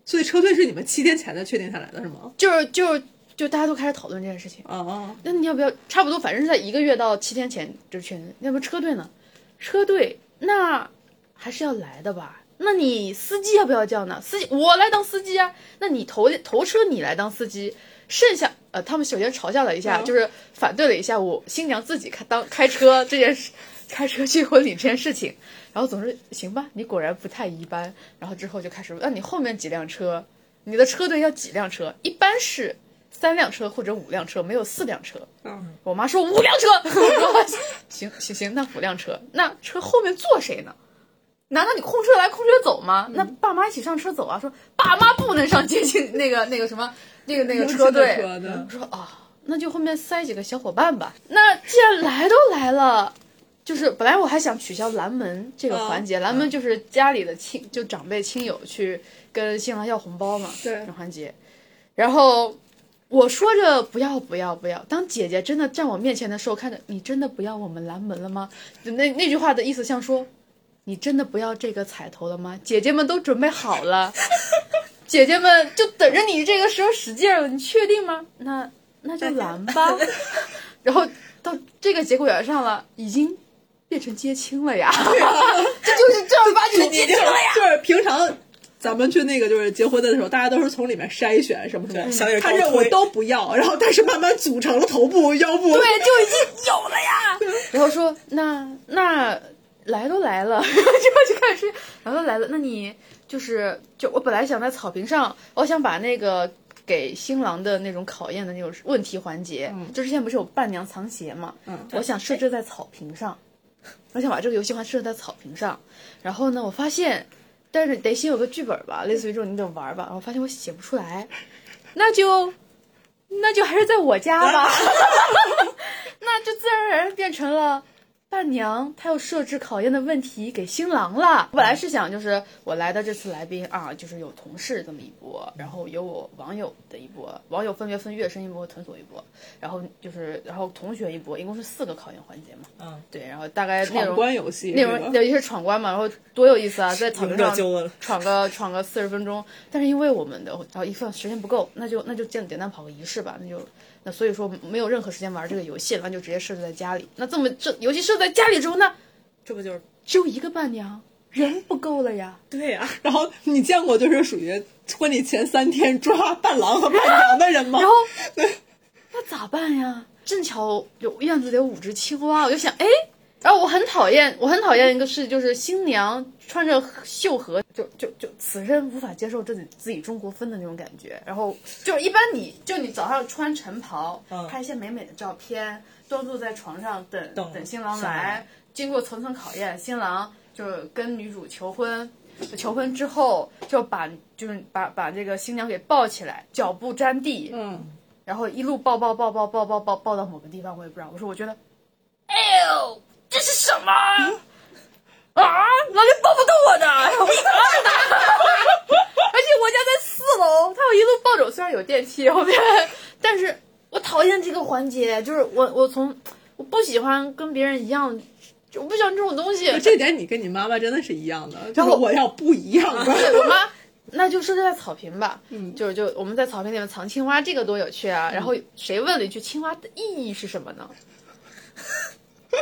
S2: 所以车队是你们七天前的确定下来的是吗？
S4: 就是就是就大家都开始讨论这件事情。
S2: 哦，
S4: 那你要不要？差不多，反正是在一个月到七天前就确认。要不车队呢？车队那还是要来的吧？那你司机要不要叫呢？司机我来当司机啊。那你头头车你来当司机，剩下呃，他们首先嘲笑了一下，
S2: 嗯
S4: 就是反对了一下我新娘自己开当开车这件事， 开车去婚礼这件事情。然后总之行吧，你果然不太一般。然后之后就开始，那啊你后面几辆车？你的车队要几辆车？一般是三辆车或者五辆车，没有四辆车。
S2: 嗯，
S4: 我妈说五辆车， 我说行行行，那五辆车，那车后面坐谁呢？难道你空车来空车走吗？那爸妈一起上车走啊！说爸妈不能上接近 那个那个什么那个那个车队，
S2: 车的
S4: 我说啊，那就后面塞几个小伙伴吧。那既然来都来了，就是本来我还想取消拦门这
S2: 啊
S4: 个环节，拦门就是家里的亲就长辈亲友去跟新郎要红包嘛，
S2: 对
S4: 这种环节。然后我说着不要不要不要，当姐姐真的站我面前的时候，看着你真的不要我们拦门了吗？那那句话的意思像说，你真的不要这个彩头了吗？姐姐们都准备好了。姐姐们就等着你这个时候使劲儿了，你确定吗？那那就拦吧。然后到这个节骨眼上了，已经变成接亲了呀， 这就是正儿八经的接亲了呀。
S2: 就是平常。咱们去那个就是结婚的时候，大家都是从里面筛选什么什么，
S1: 对小野
S2: 他
S1: 高
S2: 认我
S1: 推
S2: 都不要，然后但是慢慢组成了头部、腰部，
S4: 对，就已经有了呀。 然后说那那来都来了， 就就开始来都来了，那你就是就我本来想在草坪上，我想把那个。给新郎的那种考验的那种问题环节，就之前不是有伴娘藏鞋嘛？
S2: 嗯
S4: 我想设置在草坪上，我想把这个游戏环设置在草坪上。然后呢，我发现，但是得先有个剧本吧，类似于这种你得玩吧。然后发现我写不出来，那就那就还是在我家 吧。那就自然而然变成了伴娘，她要设置考验的问题给新郎了。我本来是想，就是我来的这次来宾啊，就是有同事这么一波，然后有我网友的一波，网友分别分乐声一波、和团所一波，然后就是然后同学一波，一共是四个考验环节嘛。
S1: 嗯，
S4: 对，然后大概内
S2: 闯
S4: 容
S2: 关游戏，
S4: 内
S2: 是
S4: 容
S2: 吧
S4: 有一些闯关嘛，然后多有意思啊，在草
S1: 赢
S4: 坪
S1: 者
S4: 上
S1: 就问，
S4: 闯个闯个四十分钟，但是因为我们的然后一份时间不够，那就那就简简单跑个仪式吧，那就那所以说没有任何时间玩这个游戏了，那就直接设置在家里。那这么这游戏设置在家里之后呢，
S1: 这不就是
S4: 只有一个伴娘，人不够了呀。
S1: 对啊呀？
S2: 然后你见过就是属于婚礼前三天抓伴郎和伴娘的人吗？
S4: 然后那咋办呀？正巧有院子里有五只青蛙，我就想，哎，然后我很讨厌，我很讨厌一个事，就是新娘穿着绣荷，就就就此生无法接受自己自己中国风的那种感觉。然后就是一般你就你早上穿晨袍，
S1: 嗯
S4: 拍一些美美的照片，端坐在床上等
S1: 等
S4: 等新郎
S1: 新郎
S4: 来，经过层层考验，新郎就是跟女主求婚。求婚之后就把就是把把这个新娘给抱起来，脚不沾地，
S2: 嗯，
S4: 然后一路抱抱抱抱抱抱抱抱到某个地方，我也不知道。我说我觉得，哎呦，这是什么？啊，老娘抱不动我的！哎呦我的 而且我家在四楼，他要一路抱着我，虽然有电梯后面，但是我讨厌这个环节，就是我我从我不喜欢跟别人一样，就我不喜欢这种东西。
S2: 就这点你跟你妈妈真的是一样的，就是
S4: 后
S2: 我要不一样啊的。
S4: 对我妈，那就设置在草坪吧。嗯，就是就我们在草坪里面藏青蛙，这个多有趣啊！然后谁问了一句青蛙的意义是什么呢？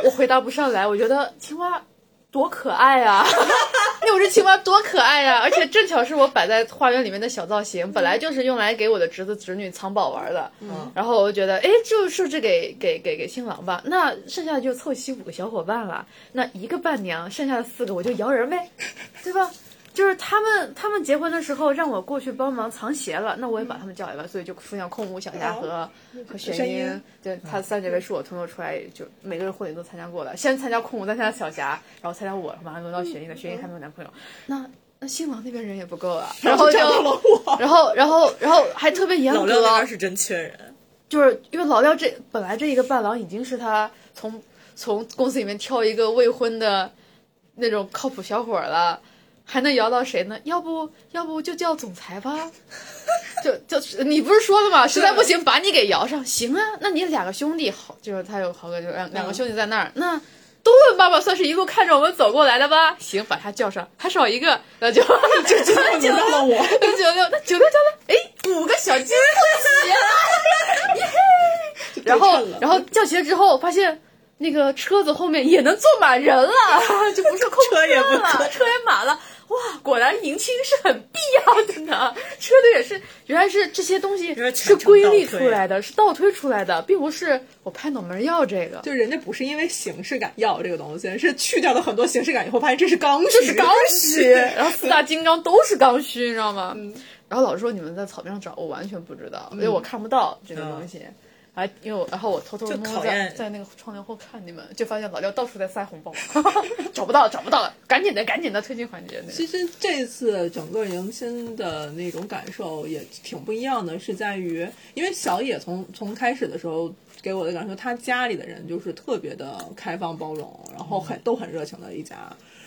S4: 我回答不上来，我觉得青蛙多可爱啊！ 那我这青蛙多可爱呀、而且正巧是我摆在花园里面的小造型，本来就是用来给我的侄子侄女藏宝玩的。
S1: 嗯
S4: 然后我就觉得，哎，就设置给给给给新郎吧，那剩下就凑齐五个小伙伴了，那一个伴娘，剩下的四个我就摇人呗，对吧？就是他们他们结婚的时候让我过去帮忙藏鞋了，那我也把他们叫来吧，所以就出现空无、小霞和和玄
S2: 玄
S4: 英
S2: 英，
S4: 对他三姐妹是我通过出来，就每个人婚礼都参加过的，先参加空无，再参加小霞，然后参加我，马上轮到玄英了，玄英还没有男朋友，嗯那那新郎那边人也不够啊， 然后就
S2: 找到了我，
S4: 然后然后然后还特别严格，
S1: 老廖那边是真缺人，
S4: 就是因为老廖这本来这一个伴郎已经是他从从公司里面挑一个未婚的那种靠谱小伙儿了，还能摇到谁呢？要不要不就叫总裁 吧？就就你不是说了吗？实在不行把你给摇上，行啊？那你两个兄弟好，就是他有好哥，就两两个兄弟在那儿，那东问爸爸算是一路看着我们走过来的吧？行，把他叫上，还少一个，那 就就就
S2: 轮到了我，
S4: 九九六，那九六叫了，哎，五个小鸡凑齐了，啊耶！然后
S2: 对称了
S4: 然后叫齐了之后，发现那个车子后面也能坐满 人了，就不是空
S1: 车也不
S4: 了，
S1: 可
S4: 车也满了。哇，果然迎亲是很必要的呢。车队也是，原来是这些东西
S1: 原来
S4: 是
S1: 全程
S4: 规律
S1: 倒推
S4: 出来的，是倒推出来的，并不是我拍脑门要这个。
S2: 就人家不是因为形式感要这个东西，是去掉了很多形式感以后，发现这是刚需，
S4: 这是刚 需，然后四大金刚都是刚需，你知道吗？
S2: 嗯
S4: 然后老师说你们在草坪上找，我完全不知道，因为我看不到这个
S2: 嗯
S4: 东西。还因为我，然后我偷偷
S1: 就
S4: 摸摸
S1: 考
S4: 在
S1: 验
S4: 在那个窗帘后看你们，就发现老廖到处在塞红包， 找不到，找不到了，赶紧的，赶紧的推进环节。那个
S2: 其实这次整个迎新的那种感受也挺不一样的，是在于，因为小野从从开始的时候给我的感受，他家里的人就是特别的开放包容，然后很都很热情的一家。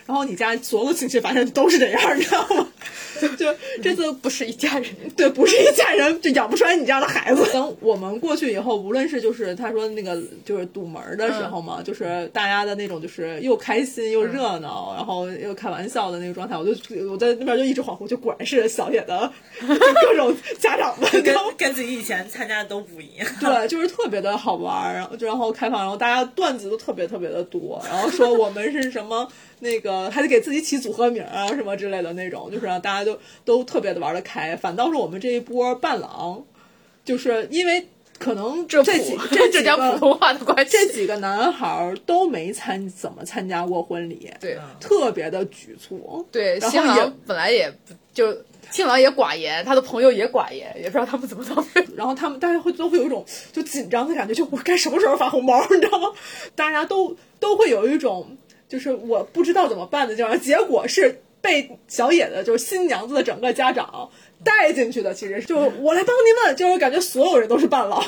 S2: 然后你家所有的亲戚反正都是这样，你知道吗？ 就就这次
S4: 不是一家人，
S2: 对，不是一家人就养不出来你这样的孩子。等我们过去以后，无论是就是他说那个就是堵门儿的时候嘛，就是大家的那种就是又开心又热闹，然后又开玩笑的那个状态，我就我在那边就一直恍惚，就果然是小野的 各种家长们
S1: 跟
S2: 都
S1: 跟自己以前参加的都不一样。
S2: 对，就是特别的好玩儿，然后然后开放，然后大家段子都特别特别的多，然后说我们是什么那个还得给自己起组合名儿啊什么之类的那种，就是让大家都都特别的玩得开，反倒是我们这一波伴郎，就是因为可能这几
S4: 普
S2: 这
S4: 这
S2: 几
S4: 讲
S2: 个
S4: 普通话的关系
S2: 这几个男孩儿都没参怎么参加过婚礼，
S4: 对
S2: 特别的局促，
S4: 对，
S2: 嗯然
S4: 新
S2: 后也
S4: 郎本来也不就新郎也寡言，他的朋友也寡言，也不知道他们怎么到。
S2: 然后他们大家会都会有一种就紧张的感觉，就我该什么时候发红包， 你知道吗？大家都都会有一种就是我不知道怎么办的这样，结果是被小野的就是新娘子的整个家长带进去的，其实就是我来帮你们，就是感觉所有人都是伴郎，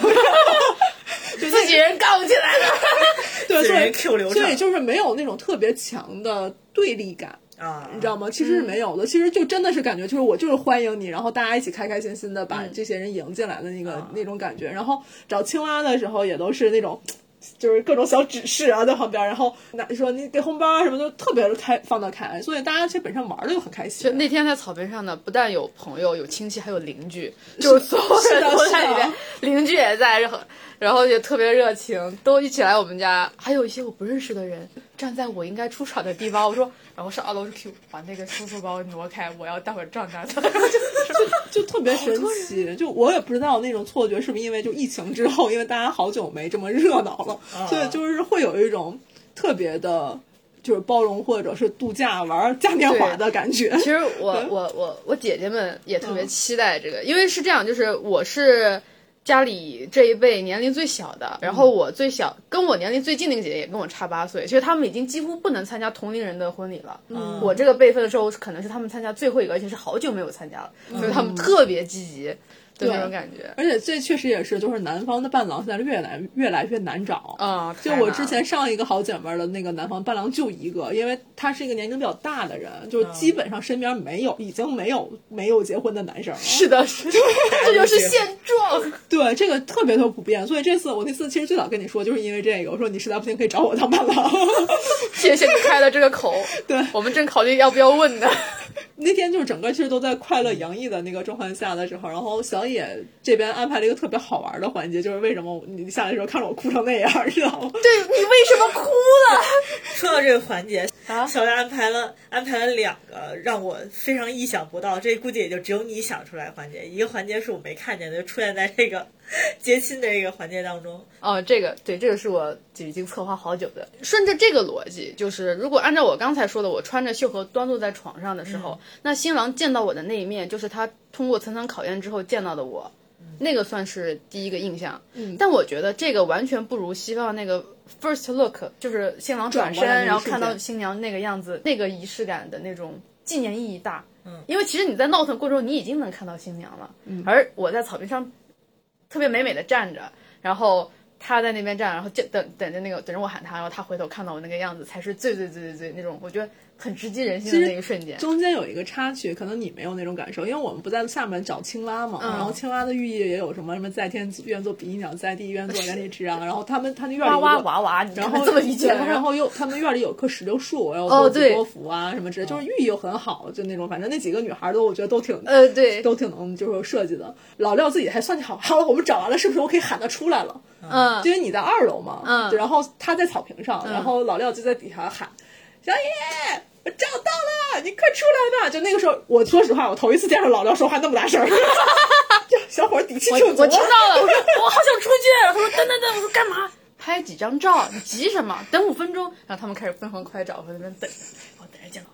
S2: 就
S4: 自己人杠起来了，
S2: 对，
S1: 自己
S2: 所以
S1: 人 Q 流程
S2: 所以就是没有那种特别强的对立感。
S1: 啊，
S2: 你知道吗？其实是没有的，其实就真的是感觉就是我就是欢迎你，然后大家一起开开心心的把这些人迎进来的那个、那种感觉。然后找青蛙的时候也都是那种。就是各种小指示啊，在旁边，然后拿说你给红包啊什么，就特别的开放得开，所以大家基本上玩的就很开
S4: 就
S2: 心。
S4: 那天在草坪上呢，不但有朋友、有亲戚，还有邻 居，就是所有人都在里面
S2: 是的，
S4: 邻居也在，然后然后也特别热情，都一起来我们家。还有一些我不认识的人站在我应该出场的地方，我说，然后上二楼去 Q，把那个叔叔把我挪开，我要待会儿 撞他。
S2: 就特别神奇。就我也不知道那种错觉是不是因为就疫情之后，因为大家好久没这么热闹了，所以就是会有一种特别的，就是包容或者是度假玩嘉年华的感觉。
S4: 其实我
S2: 对
S4: 我我我姐姐们也特别
S2: 嗯
S4: 期待这个，因为是这样，就是我是家里这一辈年龄最小的，然
S2: 嗯
S4: 后我最小，跟我年龄最近那个姐姐也跟我差八岁，其实他们已经几乎不能参加同龄人的婚礼了。
S1: 嗯
S4: 我这个辈分的时候，可能是他们参加最后一个，而且是好久没有参加了，所以他
S2: 嗯
S4: 们特别积极的那种感觉。
S2: 而且这确实也是，就是南方的伴郎现在越来越来越难找。
S4: 啊、
S2: 就我之前上一个好姐妹儿的那个南方伴郎就一个，因为他是一个年龄比较大的人，就是基本上身边没有，已经没有没有结婚的男生 了。
S4: 是的， 是的，这就是现状。
S2: 对，这个特别特别普遍。所以这次我那次其实最早跟你说，就是因为这个，我说你实在不行可以找我当伴郎。
S4: 谢谢你开了这个口，
S2: 对
S4: 我们正考虑要不要问呢。
S2: 那天就是整个其实都在快乐洋溢的那个状况下的时候，然后小野这边安排了一个特别好玩的环节，就是为什么你下来的时候看着我哭成那样，知道吗？
S4: 对你为什么哭了？
S1: 说到这个环节，
S4: 啊
S1: 小月安排了安排了两个让我非常意想不到，这估计也就只有你想出来的环节。一个环节是我没看见的，就出现在这个 结亲的这个环节当中。
S4: 哦，这个对，这个是我已经策划好久的。顺着这个逻辑，就是如果按照我刚才说的，我穿着秀禾端坐在床上的时
S2: 嗯
S4: 候，那新郎见到我的那一面，就是他通过层层考验之后见到的我，那个算是第一个印象。
S2: 嗯
S4: 但我觉得这个完全不如西方那个 first look，就是新郎转身
S2: 转过来那一
S4: 然后
S2: 瞬
S4: 看到
S2: 间
S4: 新娘那个样子，那个仪式感的那种纪念意义大。嗯，因为其实你在闹腾过程中，你已经能看到新娘了，嗯、而我在草坪上特别美美的站着，然后他在那边站，然后就等等着那个等着我喊他，然后他回头看到我那个样子，才是最最最最最那种我觉得很直击人心的那一瞬间。
S2: 中间有一个插曲，可能你没有那种感受，因为我们不在下面找青蛙嘛，
S4: 嗯
S2: 然后青蛙的寓意也有什么什么在天愿做比翼鸟，在地愿做连理枝啊，然后他们他那院里
S4: 哇
S2: 有个
S4: 哇哇哇，你
S2: 然
S4: 看
S2: 后
S4: 这么理解
S2: 对
S4: 吗？
S2: 然后又他们院里有棵石榴树，然后
S4: 哦
S2: 多
S4: 对哦
S2: 子多福啊什么之类，就是寓意又很好，就那种反正那几个女孩都我觉得都挺
S4: 呃对，
S2: 都挺能就是设计的。老廖自己还算计好，好了，我们找完了，是不是我可以喊他出来了？
S4: 嗯
S2: 因为你在二楼嘛，
S4: 嗯
S2: 对然后他在草坪上，然后老廖就在底下喊：“小野，我找到了，你快出来吧！”就那个时候，我说实话，我头一次见着老廖说话那么大声儿， 这小伙儿底气
S4: 我
S2: 挺足
S4: 我听
S2: 啊。
S4: 到了，我说我好想出去。他说等等等，我说干嘛？拍几张照，你急什么？等五分钟。然后他们开始纷纷快找，我在那边等着，我等着见老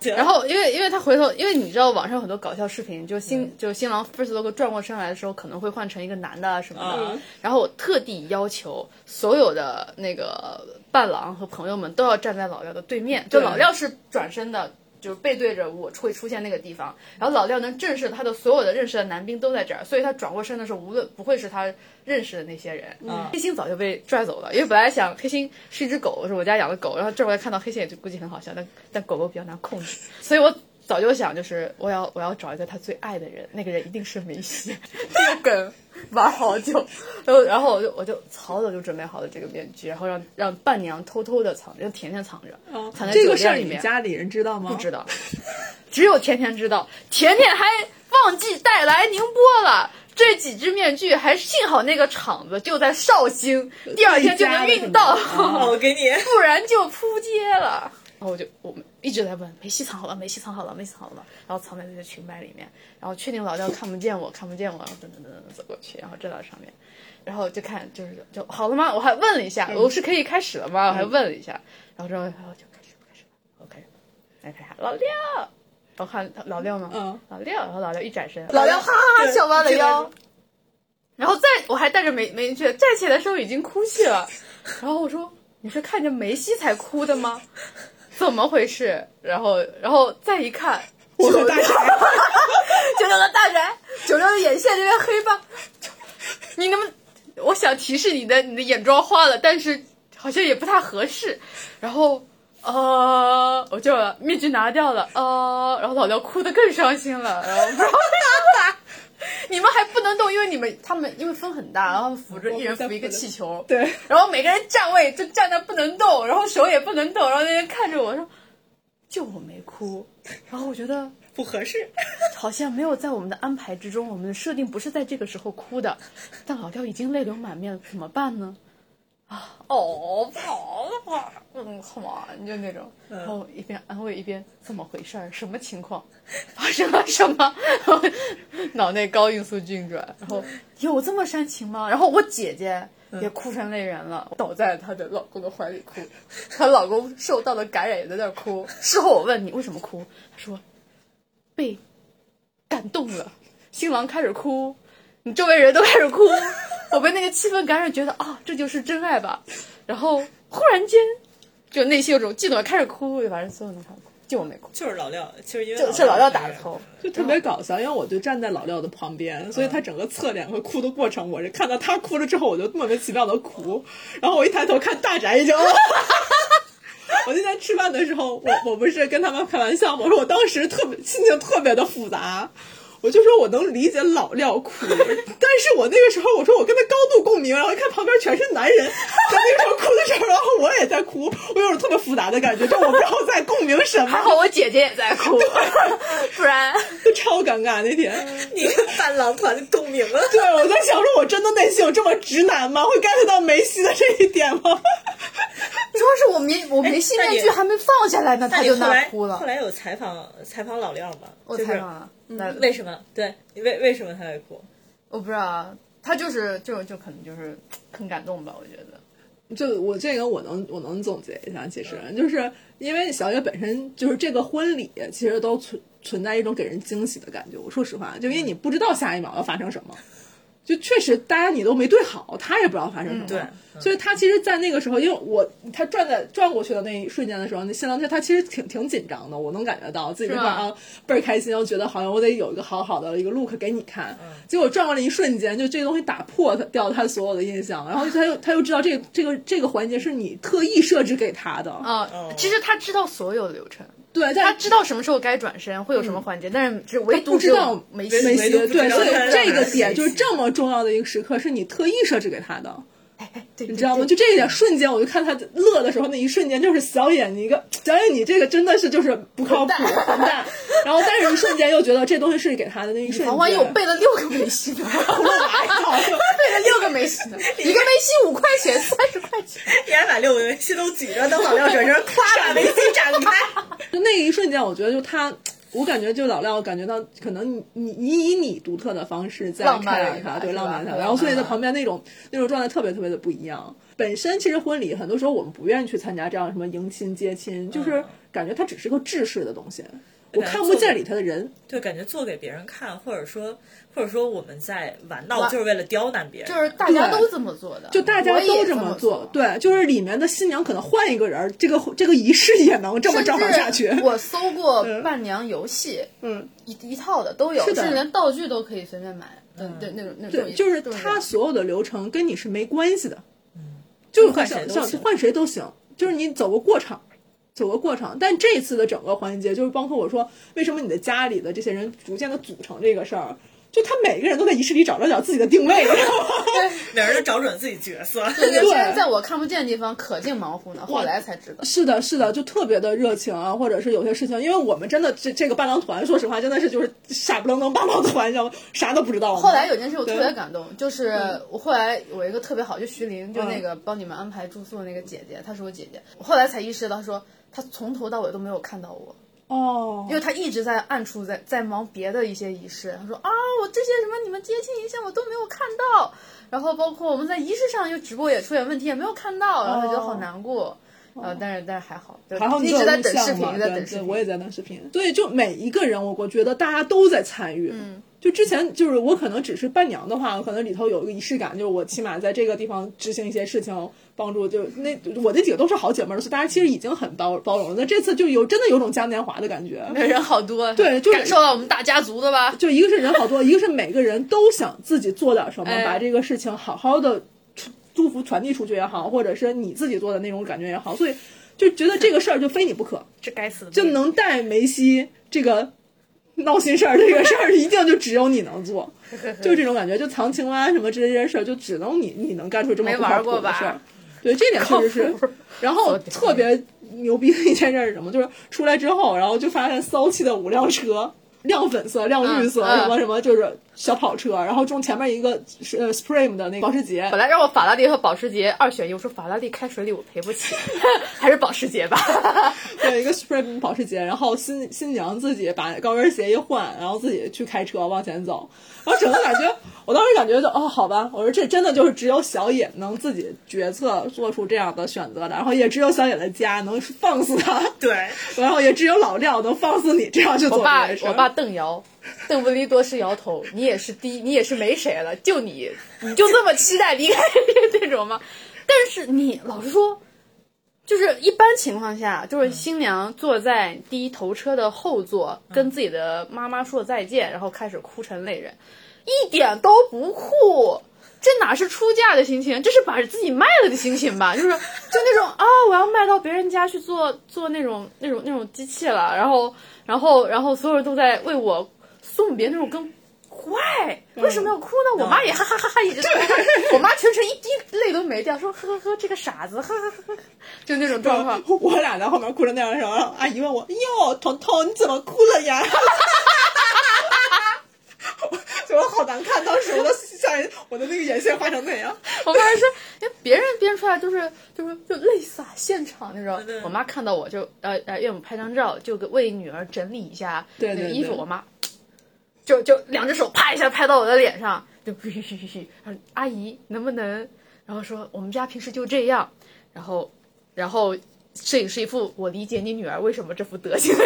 S1: 对
S4: 廖。然后因为因为他回头，因为你知道网上有很多搞笑视频，就新、就新郎 first look 转过身来的时候，可能会换成一个男的啊什么的。
S1: 嗯
S4: 然后我特地要求所有的那个伴郎和朋友们都要站在老廖的对面，就
S2: 对
S4: 老廖是转身的。就是背对着我会出现那个地方，然后老廖能正视他的所有的认识的男兵都在这儿，所以他转过身的时候，无论不会是他认识的那些人。
S1: 嗯
S4: 黑心早就被拽走了，因为本来想黑心是一只狗，是我家养的狗，然后这回看到黑心也就估计很好笑，但但狗狗比较难控制，所以我早就想就是我要我要找一个他最爱的人，那个人一定是梅西， 这个梗玩好久， 然后然后我就我就早早就准备好了这个面具，然后让让伴娘偷偷的藏，让甜甜藏着，藏在
S2: 啊哦这
S4: 酒
S2: 个事
S4: 店
S2: 儿
S4: 里
S2: 你
S4: 面。
S2: 家哦里人知道吗？
S4: 不知道， 只有甜甜知道。甜甜还忘记带来宁波了。这几只面具还幸好那个厂子就在绍兴，第二天就能运到，
S1: 哦，我给你，
S4: 不然就扑街了。然后我就我们一直在问梅西藏好了，梅西藏好了，梅西藏好了，然后藏在那个裙摆里面，然后确定老廖看不见我，看不见我，然后噔噔噔噔走过去，然后站到上面，然后就看就是就好了吗？我还问了一下，我是可以开始了吗？我还问了一下，然后之后然后就开始开始我开始，来开始喊老廖，我喊老廖吗？
S2: 嗯，
S4: 老廖，然后老廖一转身，
S2: 老廖
S4: 哈哈
S1: 对
S4: 笑弯了
S1: 这个
S4: 腰，然后再我还带着梅梅去站起来的时候已经哭泣了，然后我说你是看见梅西才哭的吗？怎么回事？然后然后再一看，
S2: 我和大家
S4: 九六的大宅，九六的眼线这边黑吧， 你能不能？我想提示你的你的眼妆花了，但是好像也不太合适。然后呃，我就把面具拿掉了，呃，然后老廖哭得更伤心了，然后不知道为啥。 你们还不能动，因为你们他们因为风很大，然后他们扶着一人扶一个气球，
S2: 对，
S4: 然后每个人站位就站那不能动，然后手也不能动，然后那人看着我说，就我没哭，然后我觉得
S1: 不合适。
S4: 好像没有在我们的安排之中，我们的设定不是在这个时候哭 的，但老廖已经泪流满面，怎么办呢？啊，哦，跑吧，嗯，好嘛，你就那种，然后一边安慰一边怎么回事儿，什么情况， 发生了什么， 然后脑内高音速运转，然后 有这么煽情吗？然后我姐姐。也哭成泪人了，倒在她的老公的怀里哭， 她老公受到了感染也在那儿哭。事后我问你为什么哭，她说被感动了，新郎开始哭，你周围人都开始 哭，我被那个气氛感染，觉得啊、这就是真爱吧。然后忽然间，就内心有种悸动，开始哭，我就把人所有人都看哭，就我没哭，
S1: 就是老廖，就是因为
S4: 就是老廖打的头。
S2: 就特别搞笑，因为我就站在老廖的旁边，所以他整个侧脸和哭的过程，我是看到他哭了之后，我就莫名其妙的哭，然后我一抬头看大宅已经。 我那天吃饭的时候，我我不是跟他们开玩笑吗？我说我当时特别心情特别的复杂，我就说我能理解老廖哭， 但是我那个时候我说我跟他高度共鸣，然后一看旁边全是男人，在那个时候哭的时候，然后我也在哭，我有种特别复杂的感觉，就我不知道在共鸣什
S4: 还
S2: 么，
S4: 好我姐姐也在 哭，不然
S2: 就超尴尬那天。
S1: 你跟伴郎团的共鸣了。
S2: 对，我在想说，我真的内心有这么直男吗？会 get 到梅西的这一点吗？
S4: 主要是我没我没戏
S1: 哎那
S4: 面
S1: 你
S4: 具还没放下来呢，
S1: 那
S4: 他
S1: 你
S4: 就
S1: 后来
S4: 那哭了
S1: 后。来有采访采访老廖吗？
S4: 我
S1: 就是
S4: 采访了，那
S1: 为什么？对，为为什么他会哭？
S4: 我不知道啊，他就是就就可能就是很感动吧，我觉得。
S2: 就我这个，我能我能总结一下，其实就是因为小野本身就是这个婚礼，其实都存存在一种给人惊喜的感觉。我说实话，就因为你不知道下一秒要发生什么。就确实，大家你都没对好，他也不知道发生什么，
S1: 嗯对
S2: 所以他其实，在那个时候，因为我他转在转过去的那一瞬间的时候，那新郎他他其实挺挺紧张的，我能感觉到自己
S4: 是
S2: 那
S4: 吗
S2: 块啊倍儿开心，我觉得好像我得有一个好好的一个 look 给你看。
S4: 嗯
S2: 结果转过来一瞬间，就这个东西打破他掉他所有的印象，然后他又
S4: 嗯
S2: 他又知道这个这个这个环节是你特意设置给他的，
S4: 啊、其实他知道所有流程，
S2: 对，
S4: 他
S2: 但嗯
S4: 知道什么时候该转身，会有什么环节，但是只唯独
S2: 不
S4: 只
S2: 知道
S4: 有梅
S2: 西
S4: 西。
S1: 唯独不知
S2: 对，
S1: 道
S2: 所以
S1: 他在
S2: 这
S1: 哪
S2: 个
S1: 儿
S2: 点
S1: 梅西
S2: 就是这么重要的一个时刻，是你特意设置给他的。
S4: 对
S2: 你知道吗？就这一点瞬间，我就看他乐的时候，那一瞬间就是小野，你一个小野，你这个真的是就是不靠谱，混蛋。然后，但是一瞬间又觉得这东西是给他的那一瞬间，
S4: 黄欢又背了六个梅西 呢， 背了六个梅西呢，一个梅西五块钱，三十块钱。
S1: 你还把六个梅西都举着，当老廖转身，夸把梅西展 开。
S2: 就那一瞬间，我觉得就他，我感觉就老廖感觉到，可能你你你以你独特的方式在
S4: 浪漫
S2: 看待
S4: 一
S2: 他，
S4: 下
S2: 对
S4: 是吧嗯
S2: 浪漫他，
S4: 浪
S2: 然后所以在
S4: 漫
S2: 旁边那种那种状态特别特别的不一样。本身其实婚礼很多时候我们不愿意去参加这样什么迎亲接亲，
S4: 嗯
S2: 就是感觉它只是个制式的东西，我
S1: 感觉
S2: 看不
S1: 做
S2: 见
S1: 的
S2: 里头的人。
S1: 对，感觉做给别人看，或者说，或者说我们在玩闹，
S4: 玩
S1: 就是为了刁难别人。
S4: 就是大家都这么做的，
S2: 就大家
S4: 我也
S2: 都
S4: 这
S2: 么
S4: 做，
S2: 对，就是里面的新娘可能换一个人儿，这个这个仪式也能这么
S4: 甚
S2: 照常
S4: 至
S2: 下去。
S4: 我搜 过伴娘游戏，
S2: 嗯，
S4: 一一套的都有，甚
S2: 是的
S4: 至连道具都可以随便买。嗯，对，那种那种
S2: 对，就是
S4: 这种
S2: 他所有的流程跟你是没关系的，就是
S1: 换
S2: 像
S1: 谁都
S2: 像
S1: 行
S2: 换谁都行，就是你走个过场，走个过场。但这次的整个环节，就是包括我说为什么你的家里的这些人逐渐的组成这个事儿，就他每个人都在仪式里找着找自己的定位，然后
S1: 每人都找准自己角色。
S4: 对有些
S2: 对
S4: 人在我看不见的地方可劲忙乎呢，后来才知道。
S2: 是的，是的，就特别的热情啊，或者是有些事情，因为我们真的这这个伴郎团，说实话，真的是就是傻不愣登伴郎团，你知道吗？啥都不知道。
S4: 后来有件事我特别
S2: 哦对嗯
S4: 感动，就是我后来我一个特别好，就徐玲，就那个帮你们安排住宿的那个姐姐，她是我姐姐。我后来才意识到说，她从头到尾都没有看到我，
S2: 哦
S4: 因，为她一直在暗处在在忙别的一些仪式。她说啊，我这些什么你们接亲仪式我都没有看到，然后包括我们在仪式上又直播也出点问题也没有看到，然后她觉得好难过。呃，但是但是还好，对
S2: 哦还好你
S4: 一
S2: 都有
S4: 直在
S2: 印
S4: 等视
S2: 象
S4: 频
S2: 嘛，
S4: 在
S2: 啊对
S4: 等视
S2: 对
S4: 频。
S2: 我也在等视频。所以就每一个人，我我觉得大家都在参与。嗯，就之前就是我可能只是伴娘的话，我可能里头有一个仪式感，就是我起码在这个地方执行一些事情，帮助就那我那几个都是好姐妹儿，所以大家其实已经很包包容了。但这次就有真的有种嘉年华的感觉。
S4: 人好多，
S2: 对就是
S4: 感受到我们大家族的吧？
S2: 就一个是人好多，一个是每个人都想自己做点什么，
S4: 哎
S2: 把这个事情好好的祝福传递出去也好，或者是你自己做的那种感觉也好，所以就觉得这个事儿就非你不可，
S4: 这该死的
S2: 就能带梅西这个闹心事儿这个事儿，一定就只有你 能做，就这种感觉，就藏青蛙什么之类这些事儿，就只能你你能干出这么
S4: 没
S2: 不靠
S4: 玩
S2: 谱
S4: 过
S2: 的事儿
S4: 吧。
S2: 对，这点确实是
S4: 靠谱。
S2: 然后特别牛逼的一件事儿是什么？就是出来之后，然后就发现骚气的五辆车，亮粉色、亮绿色，
S4: 嗯嗯
S2: 什么什么，就是小跑车，然后中前面一个是呃 Supreme 的那个保时捷
S4: 本，来让我法拉利和保时捷二选一，我说法拉利开水里我赔不起， 还是保时捷吧。
S2: 对，一个 Supreme 保时捷，然后新新娘自己把高跟鞋一换，然后自己去开车往前走，然后整个感觉，我当时感觉就哦，好吧，我说这真的就是只有小野能自己决策做出这样的选择的，然后也只有小野的家能放肆他，
S1: 对，
S2: 然后也只有老廖能放肆你这样去
S4: 我
S2: 做这
S4: 爸
S2: 件事
S4: 我爸邓瑶，邓布利多是摇头，你也是低，你也是没谁了，就你，你就这么期待离开这种吗？但是你老实说，就是一般情况下，就是新娘坐在第一头车的后座，跟自己的妈妈说再见，然后开始哭成泪人，一点都不酷。这哪是出嫁的心情，这是把自己卖了的心情吧？就是就那种啊，我要卖到别人家去做做那种那种那种机器了，然后然后然后所有人都在为我送别那种跟。坏，为什么要哭呢？我妈也哈哈哈哈一直在哭，我妈全程一滴泪都没掉，说 呵呵呵，这个傻子，呵 呵呵呵，就那种状况。
S2: 我俩在后面哭成那样的时候，阿姨问我：“哟，彤彤，你怎么哭了呀？” 就是好难看，当时我的下人，我的那个眼线画成那样。
S4: 我妈是，因为别人编出来就是就是就泪洒现场那
S1: 对
S4: 种
S1: 对。
S4: 我妈看到我就呃呃，岳母拍张照，就给为女儿整理一下
S2: 对
S4: 那
S2: 对
S4: 个衣服。
S2: 对
S4: 我妈就就两只手啪一下拍到我的脸上，就然后阿姨能不能？然后说我们家平时就这样，然后然后摄影师一副我理解你女儿为什么这副德行的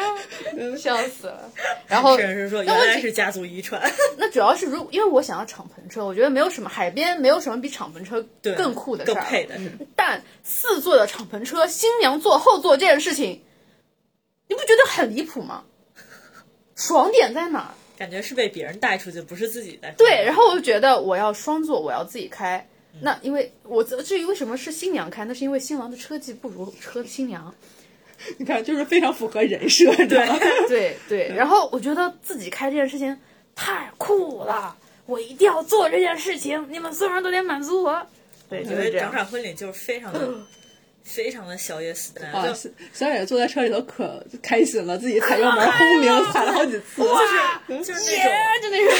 S4: 样
S2: 嗯
S4: 子， 笑死了。然后
S1: 甚至是说原来是家族遗传，
S4: 那主要是如因为我想要敞篷车，我觉得没有什么海边没有什么比敞篷车
S1: 对，
S4: 更酷的事
S1: 更
S4: 儿了。啊嗯
S1: 配的，
S4: 但四座的敞篷车，新娘坐后座这件事情，你不觉得很离 谱吗？爽点在哪儿？
S1: 感觉是被别人带出去，不是自己带出去。
S4: 对，然后我就觉得我要双座，我要自己开。
S1: 嗯
S4: 那因为我至于为什么是新娘开，那是因为新郎的车技不如车新娘。
S2: 你看，就是非常符合人设，对吧？
S4: 对对，
S1: 嗯
S4: 然后我觉得自己开这件事情太酷了，我一定要做这件事情，你们所有人都得满足我。对，就
S1: 因
S4: 是
S1: 为
S4: 这
S1: 整
S4: 样。嗯
S1: 场婚礼就是非常的、非常的小野 style，、
S2: 啊，
S1: 就
S2: 小小野坐在车里头可开心了，自己踩油
S4: 啊
S2: 门
S4: 哎
S2: 轰鸣踩了好几次，啊
S1: 就是就是那种
S4: 就那种，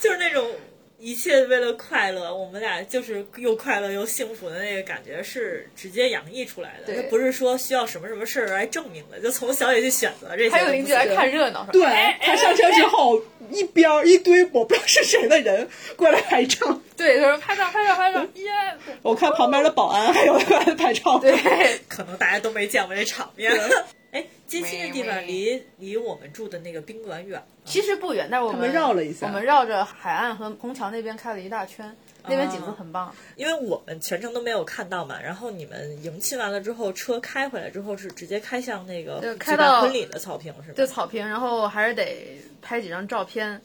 S1: 就是那种一切为了快乐，我们俩就是又快乐又幸福的那个感觉是直接洋溢出来的，
S4: 对
S1: 它不是说需要什么什么事儿来证明的，就从小也去选择这些东西。
S4: 还有邻居来看热闹，说
S2: 对
S4: 哎
S2: 他上车之后，一边儿一堆我不知道是谁的人过来拍照，
S4: 对，他说拍照拍照拍照，耶！
S2: 我看旁边的保安还有过来拍照。
S4: 对，
S1: 可能大家都没见过这场面。哎，金星的地方离离我们住的那个宾馆远吗，
S4: 其实不远，但是我
S2: 他们绕了一下
S4: 我们绕着海岸和虹桥那边开了一大圈，那边景色很棒。
S1: 因为我们全程都没有看到嘛。然后你们迎亲完了之后，车开回来之后是直接开向那个
S4: 对
S1: 举
S4: 开
S1: 办
S4: 到
S1: 婚礼的草坪是吗？
S4: 这草坪，然后还是得拍几张照片。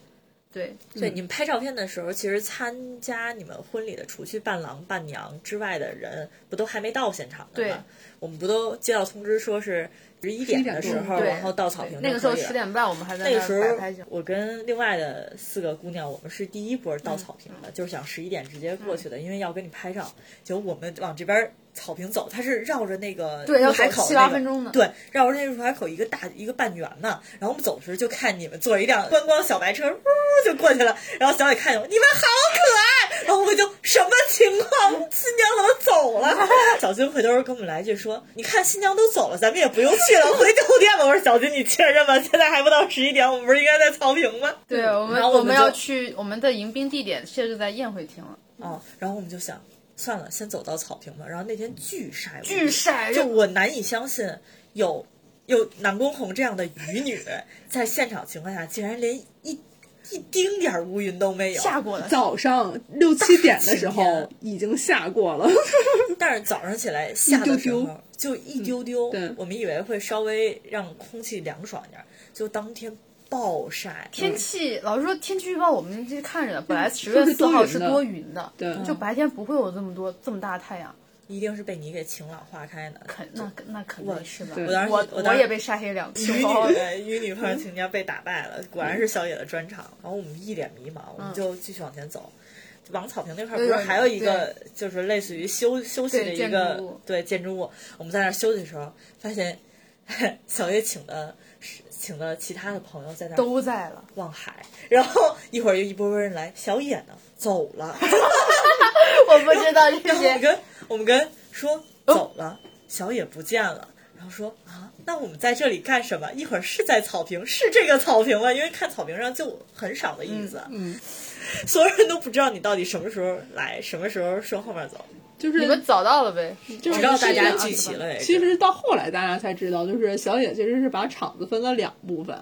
S4: 对，
S1: 对，你们拍照片的时候，其实参加你们婚礼的，除去伴郎伴娘之外的人，不都还没到现场呢
S4: 对
S1: 吗？我们不都接到通知说是十一点的时
S2: 11点
S1: 候，
S4: 对
S1: 然后到草坪
S4: 那
S1: 就
S4: 个时候
S1: 可以
S4: 十
S1: 了。
S4: 点半，我们还在
S1: 那个
S4: 那
S1: 时
S4: 儿摆拍景
S1: 候，。我跟另外的四个姑娘，我们是第一波到草坪
S4: 嗯
S1: 的，就是想十一点直接过去的，因为要跟你拍照。结果我们往这边草坪走，它是绕着那个
S4: 对要
S1: 入海
S4: 走
S1: 口
S4: 七
S1: 那
S4: 八
S1: 个
S4: 分钟呢
S1: 对，绕着那个入海口一个大一个半圆呢。然后我们走的时候就看你们坐一辆观光小白车，呜就过去了。然后小野看见我，你们好可爱。然后我就什么情况？新娘怎么走了？小军回头跟我们来一句说：“你看新娘都走了，咱们也不用去了，回酒店吧。”我说：“小军，你确认吗？现在还不到十一点，我们不是应该在草坪吗？”
S4: 对我们，
S1: 然后我
S4: 们
S1: 就
S4: 要去我们的迎宾地点，现在就在宴会厅了。
S1: 哦，然后我们就想，算了，先走到草坪吧。然后那天巨晒，
S4: 巨
S2: 哎
S4: 晒，
S1: 就
S4: 就
S1: 我难以相信有有南宫红这样的渔女在现场情况下，竟然连一一丁点儿乌云都没有。
S4: 下过了。
S2: 早上六七点的时
S1: 大晴
S2: 候
S1: 天
S2: 已经下过了，
S1: 但是早上起来下的时
S2: 丢
S1: 候
S2: 丢
S1: 就一丢丢，
S2: 嗯对
S1: 我们以为会稍微让空气凉爽一点儿，就当天暴晒。
S4: 天气，老实说，天气预报我们这看着的，本来十
S2: 就
S4: 月
S2: 是
S4: 四
S2: 多
S4: 号
S2: 云
S4: 是
S2: 的
S4: 多云的，
S2: 对
S4: 就白天不会有这么多这么大的太阳，
S1: 一定是被你给晴朗化开的。
S4: 肯那肯那肯
S1: 我
S4: 定是吧？
S2: 对
S1: 我当时
S4: 我
S1: 我
S4: 我
S1: 当时
S4: 也被晒黑两次
S1: 渔，
S4: 哦
S1: 女渔女碰上情家被打败了，果然是小野的专场。然后我们一脸迷茫，我们就继续往前走。往草坪那块儿不是
S4: 嗯对对
S1: 还有一个，就是类似于休休息的
S4: 对
S1: 一
S4: 建筑物
S1: 个对建筑物。我们在那儿休息的时候，发现 小野请的请的其他的朋友在那儿
S4: 都在 了。
S1: 望海，然后一会儿又一波波人来，小野呢走了，
S4: 我不知道这
S1: 然 后我们
S4: 些，
S1: 跟我们跟说
S2: 哦
S1: 走了，小野不见了。然后说啊，那我们在这里干什么？一会儿是在草坪，是这个草坪吗？因为看草坪上就很少
S2: 嗯
S1: 的椅子，嗯，所有人都不知道你到底什么时候来，什么时候说后面走。
S2: 就是
S4: 你们早到了呗？
S2: 嗯就是
S1: 直到大家
S2: 其实
S1: 聚齐了为止。
S2: 其实到后来大家才知道，就是小野其实是把厂子分了两部分，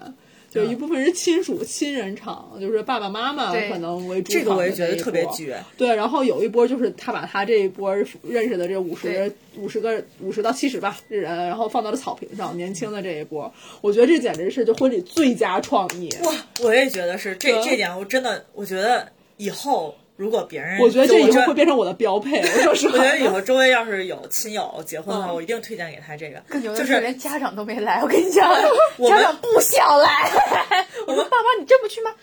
S2: 就是
S1: 嗯
S2: 一部分是亲属亲人厂，就是爸爸妈妈
S4: 对
S2: 可能为主
S1: 这个
S2: 场
S1: 我
S2: 的
S1: 也觉得
S2: 那一
S1: 特别
S2: 波
S1: 绝。
S2: 对，然后有一波就是他把他这一波认识的这五十
S4: 对
S2: 五十个五十到七十吧这人，然后放到了草坪上，年轻的这一波，我觉得这简直是就婚礼最佳创意。
S1: 哇，我也觉得是这
S2: 对啊
S1: 这点，我真的我觉得以后如果别人，
S2: 我觉得
S1: 就
S2: 这以
S1: 真
S2: 后会变成我的标配，我说实
S1: 我
S2: 话
S1: 觉。得以后周围要是有亲友结婚的话，
S2: 嗯
S1: 我一定推荐给他这个。
S4: 更牛的
S1: 就是
S4: 连家长都没来，我跟你讲，家
S1: 们
S4: 长不想来。我说爸妈，你真不去吗？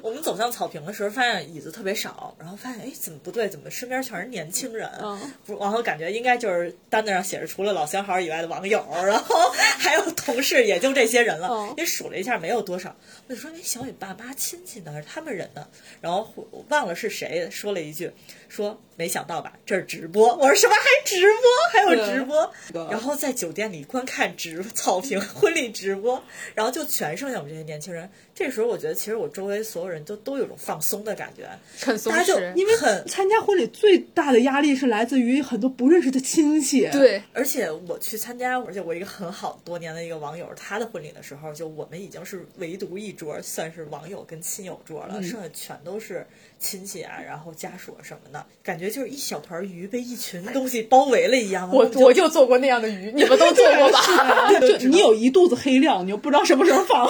S1: 我们走向草坪的时候，发现椅子特别少，然后发现哎怎么不对，怎么身边全是年轻人？啊
S2: 嗯
S1: 不，然后感觉应该就是单子上写着除了老相好以外的网友，然后 还有同事，也就这些人了。
S2: 嗯
S1: 因为数了一下没有多少，我就说哎小雨爸妈亲戚呢，他们人呢？然后我忘了是谁说了一句，说没想到吧，这是直播。我说什么还直播？还有直播？
S2: 对
S1: 然后在酒店里观看直 草坪婚礼直播，然后就全剩下我们这些年轻人。这时候我觉得，其实我周围所有人都都有种放松的感觉，
S4: 很松
S1: 大家就
S4: 弛，
S1: 因为很
S2: 参加婚礼最大的压力是来自于很多不认识的亲戚。，
S4: 对，
S1: 而且我去参加，而且我一个很好多年的一个网友，他的婚礼的时候，就我们已经是唯独一桌算是网友跟亲友桌了，剩下全都是亲戚啊，然后家属啊什么的，感觉就是一小团鱼被一群东西包围了一样。啊
S4: 我
S1: 就
S4: 我就做过那样的鱼，你们都做过吧？ 啊
S2: 就你有一肚子黑料，你又不知道什么时候放，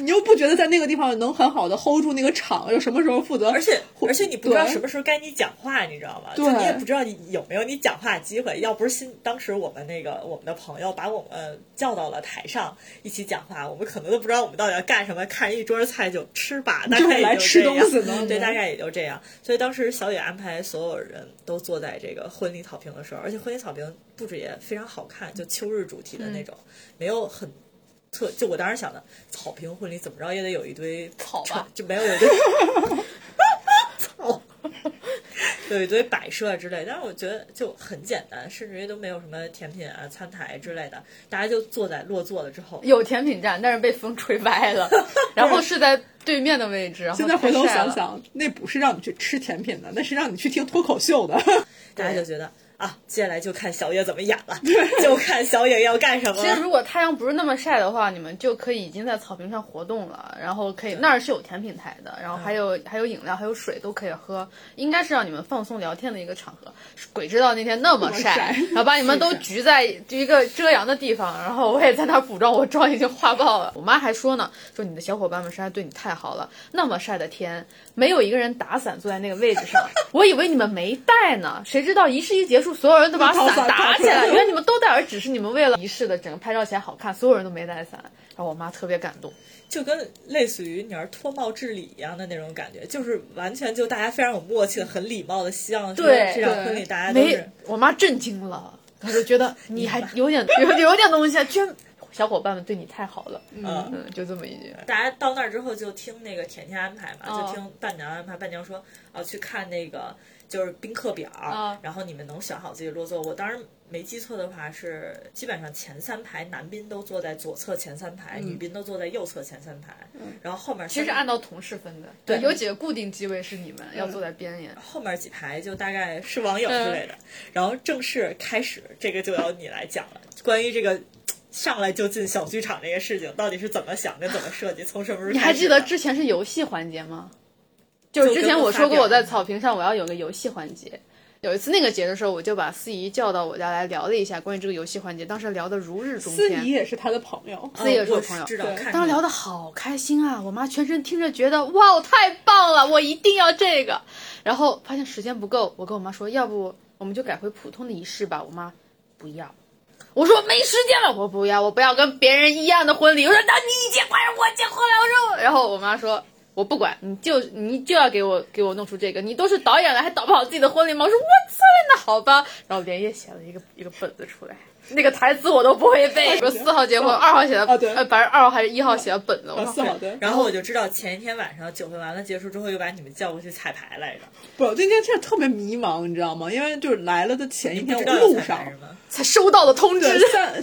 S2: 你又不觉得在那个地方能很好的 hold 住那个场，又什么时候负责，
S1: 而且而且你不知道
S2: 对
S1: 什么时候该你讲话，你知道吗？
S2: 对
S1: 就你也不知道你有没有你讲话的机会。要不是新当时我们那个我们的朋友把我们叫到了台上一起讲话，我们可能都不知道我们到底要干什么，看一桌菜就吃吧，大
S2: 就是
S1: 概也
S2: 来吃
S1: 这
S2: 东
S1: 样
S2: 西的
S1: 对，
S2: 嗯
S1: 大概也就这样。所以当时小野安排所有人都坐在这个婚礼草坪的时候，而且婚礼草坪布置也非常好看，就秋日主题的
S2: 嗯
S1: 那种，没有很。特就我当时想的，草坪婚礼怎么着也得有一堆
S4: 草吧
S1: 床，就没有有一堆有一堆摆设之类，但是我觉得就很简单，甚至于都没有什么甜品啊、餐台之类的，大家就坐在落座了之后，
S4: 有甜品站，但是被风吹 歪了，然后是在对面的位置。然后
S2: 现在回头
S4: 太晒
S2: 想
S4: 了，
S2: 想，那不是让你去吃甜品的，那是让你去听脱口秀的。
S1: 大家就觉得啊，接下来就看小野怎么演了，就看小野要干什么
S4: 其实
S1: 了。
S4: 如果太阳不是那么晒的话，你们就可以已经在草坪上活动了，然后可以那儿是有甜品台的，然后还有、还有饮料，还有水都可以喝，应该是让你们放松聊天的一个场合。鬼知道那天那么晒，
S2: 那么晒
S4: 然后把你们都局在一个遮阳的地方，然后我也在那儿补妆，我妆已经化爆了。我妈还说呢，说你的小伙伴们实在对你太好了，那么晒的天，没有一个人打伞坐在那个位置上，我以为你们没带呢，谁知道仪式一结束，所有人都把
S2: 都把
S4: 伞
S2: 伞
S4: 打
S2: 打
S4: 起
S2: 出来
S4: 来，
S2: 了
S4: 原来你们都带，而只是你们为了仪式的整个拍照起来好看，所有人都没带伞，然后我妈特别感动。
S1: 就跟类似于你儿脱帽致礼一样的那种感觉，就是完全就大家非常有默契的、很礼貌的，希望说
S4: 对
S1: 这场
S2: 对
S1: 婚礼大家都
S4: 没
S1: 是，
S4: 我妈震惊了，她就觉得你还有点有有点东西，啊，居然小伙伴们对你太好了，
S1: 嗯。
S4: 嗯，就这么一句。
S1: 大家到那儿之后就听那个甜甜安排嘛，
S4: 哦
S1: 就听伴娘安排。伴娘说啊，去看那个就是宾客表，
S4: 啊
S1: 然后你们能选好自己的落座。我当时没记错的话是，基本上前三排男宾都坐在左侧前三排，女宾都坐在右侧前三排，然后后面
S4: 嗯其实
S1: 三
S4: 按照同事分的，
S1: 对
S4: 有几个固定机位是你们要坐在边沿，
S1: 后面几排就大概是网友
S4: 嗯
S1: 之类的。然后正式开始，这个就要你来讲了，关于这个。上来就进小剧场这个事情，到底是怎么想跟怎么设计？从什么时候
S4: 你
S1: 开
S4: 还
S1: 始
S4: 记得
S1: 的
S4: 之前是游戏环节吗？就是
S1: 就
S4: 之
S1: 跟
S4: 前
S1: 我
S4: 我
S1: 发
S4: 说过
S1: 表
S4: 我在
S1: 吗
S4: 草坪上我要有个游戏环节。有一次那个节的时候，我就把司仪叫到我家来聊了一下关于这个游戏环节，当时聊得如日中
S2: 司仪
S4: 天。
S2: 也是他的朋友，
S1: 嗯
S4: 自己也是
S1: 我
S4: 个朋友
S1: 知道
S2: 对，
S1: 看
S4: 当
S1: 出
S4: 时
S1: 来
S4: 聊得好开心啊！我妈全程听着觉得哇，我太棒了，我一定要这个。然后发现时间不够，我跟我妈说，要不我们就改回普通的仪式吧。我妈不要，我说没时间了，我不要，我不要跟别人一样的婚礼。我说那你结婚，我结婚了。我说，然后我妈说。我不管，你就你就要给我给我弄出这个，你都是导演了，还导不好自己的婚礼吗？我说我操，那好吧，然后连夜写了一个一个本子出来，那个台词我都不会背。说四号结婚，二号写的
S2: 哦对
S4: 呃，反正二号还是一号写的本子。我
S2: 啊，四
S4: 说
S2: 好的。
S1: 然后我就知道前一天晚上酒会完了结束之后，又把你们叫过去彩排来着。
S2: 不，那天真的特别迷茫，你知道吗？因为就是来了的前一天，
S1: 不
S2: 我
S1: 知道有
S2: 路
S1: 彩
S2: 上
S1: 排是吗？
S4: 才收到的通知
S2: 对，三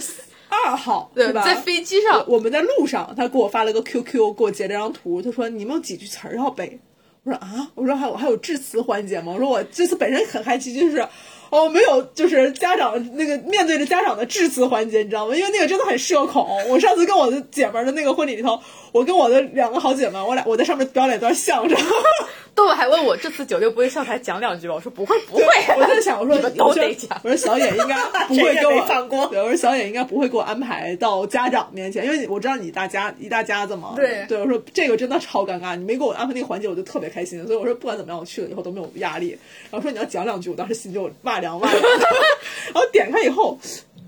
S2: 二号
S4: 对，
S2: 吧？
S4: 在飞机
S2: 我
S4: 上
S2: 我们在路上，他给我发了个 QQ，给我截了张图，他说你们有几句词儿要背。我说啊，我说还有还有致辞环节吗？我说我这次本身很嗨奇，就是哦没有，就是家长那个面对着家长的致辞环节，你知道吗？因为那个真的很社恐。我上次跟我的姐们儿的那个婚礼里头，我跟我的两个好姐们儿，我俩我在上面表演一段相声。
S4: 豆豆还问我这次九六不会上台讲两句吧？我说不会不会，啊
S2: 我在想，我说
S4: 你们都得讲
S2: 我说小野应该不会
S1: 谁也
S2: 给
S1: 没
S2: 我
S1: 放过
S2: 对，我说小野应该不会给我安排到家长面前，因为我知道你大家一大家子嘛。
S4: 对
S2: 对，我说这个真的超尴尬，你没给我安排那个环节，我就特别开心。所以我说不管怎么样，我去了以后都没有压力。然后说你要讲两句，我当时心就哇凉哇凉。 然后点开以后，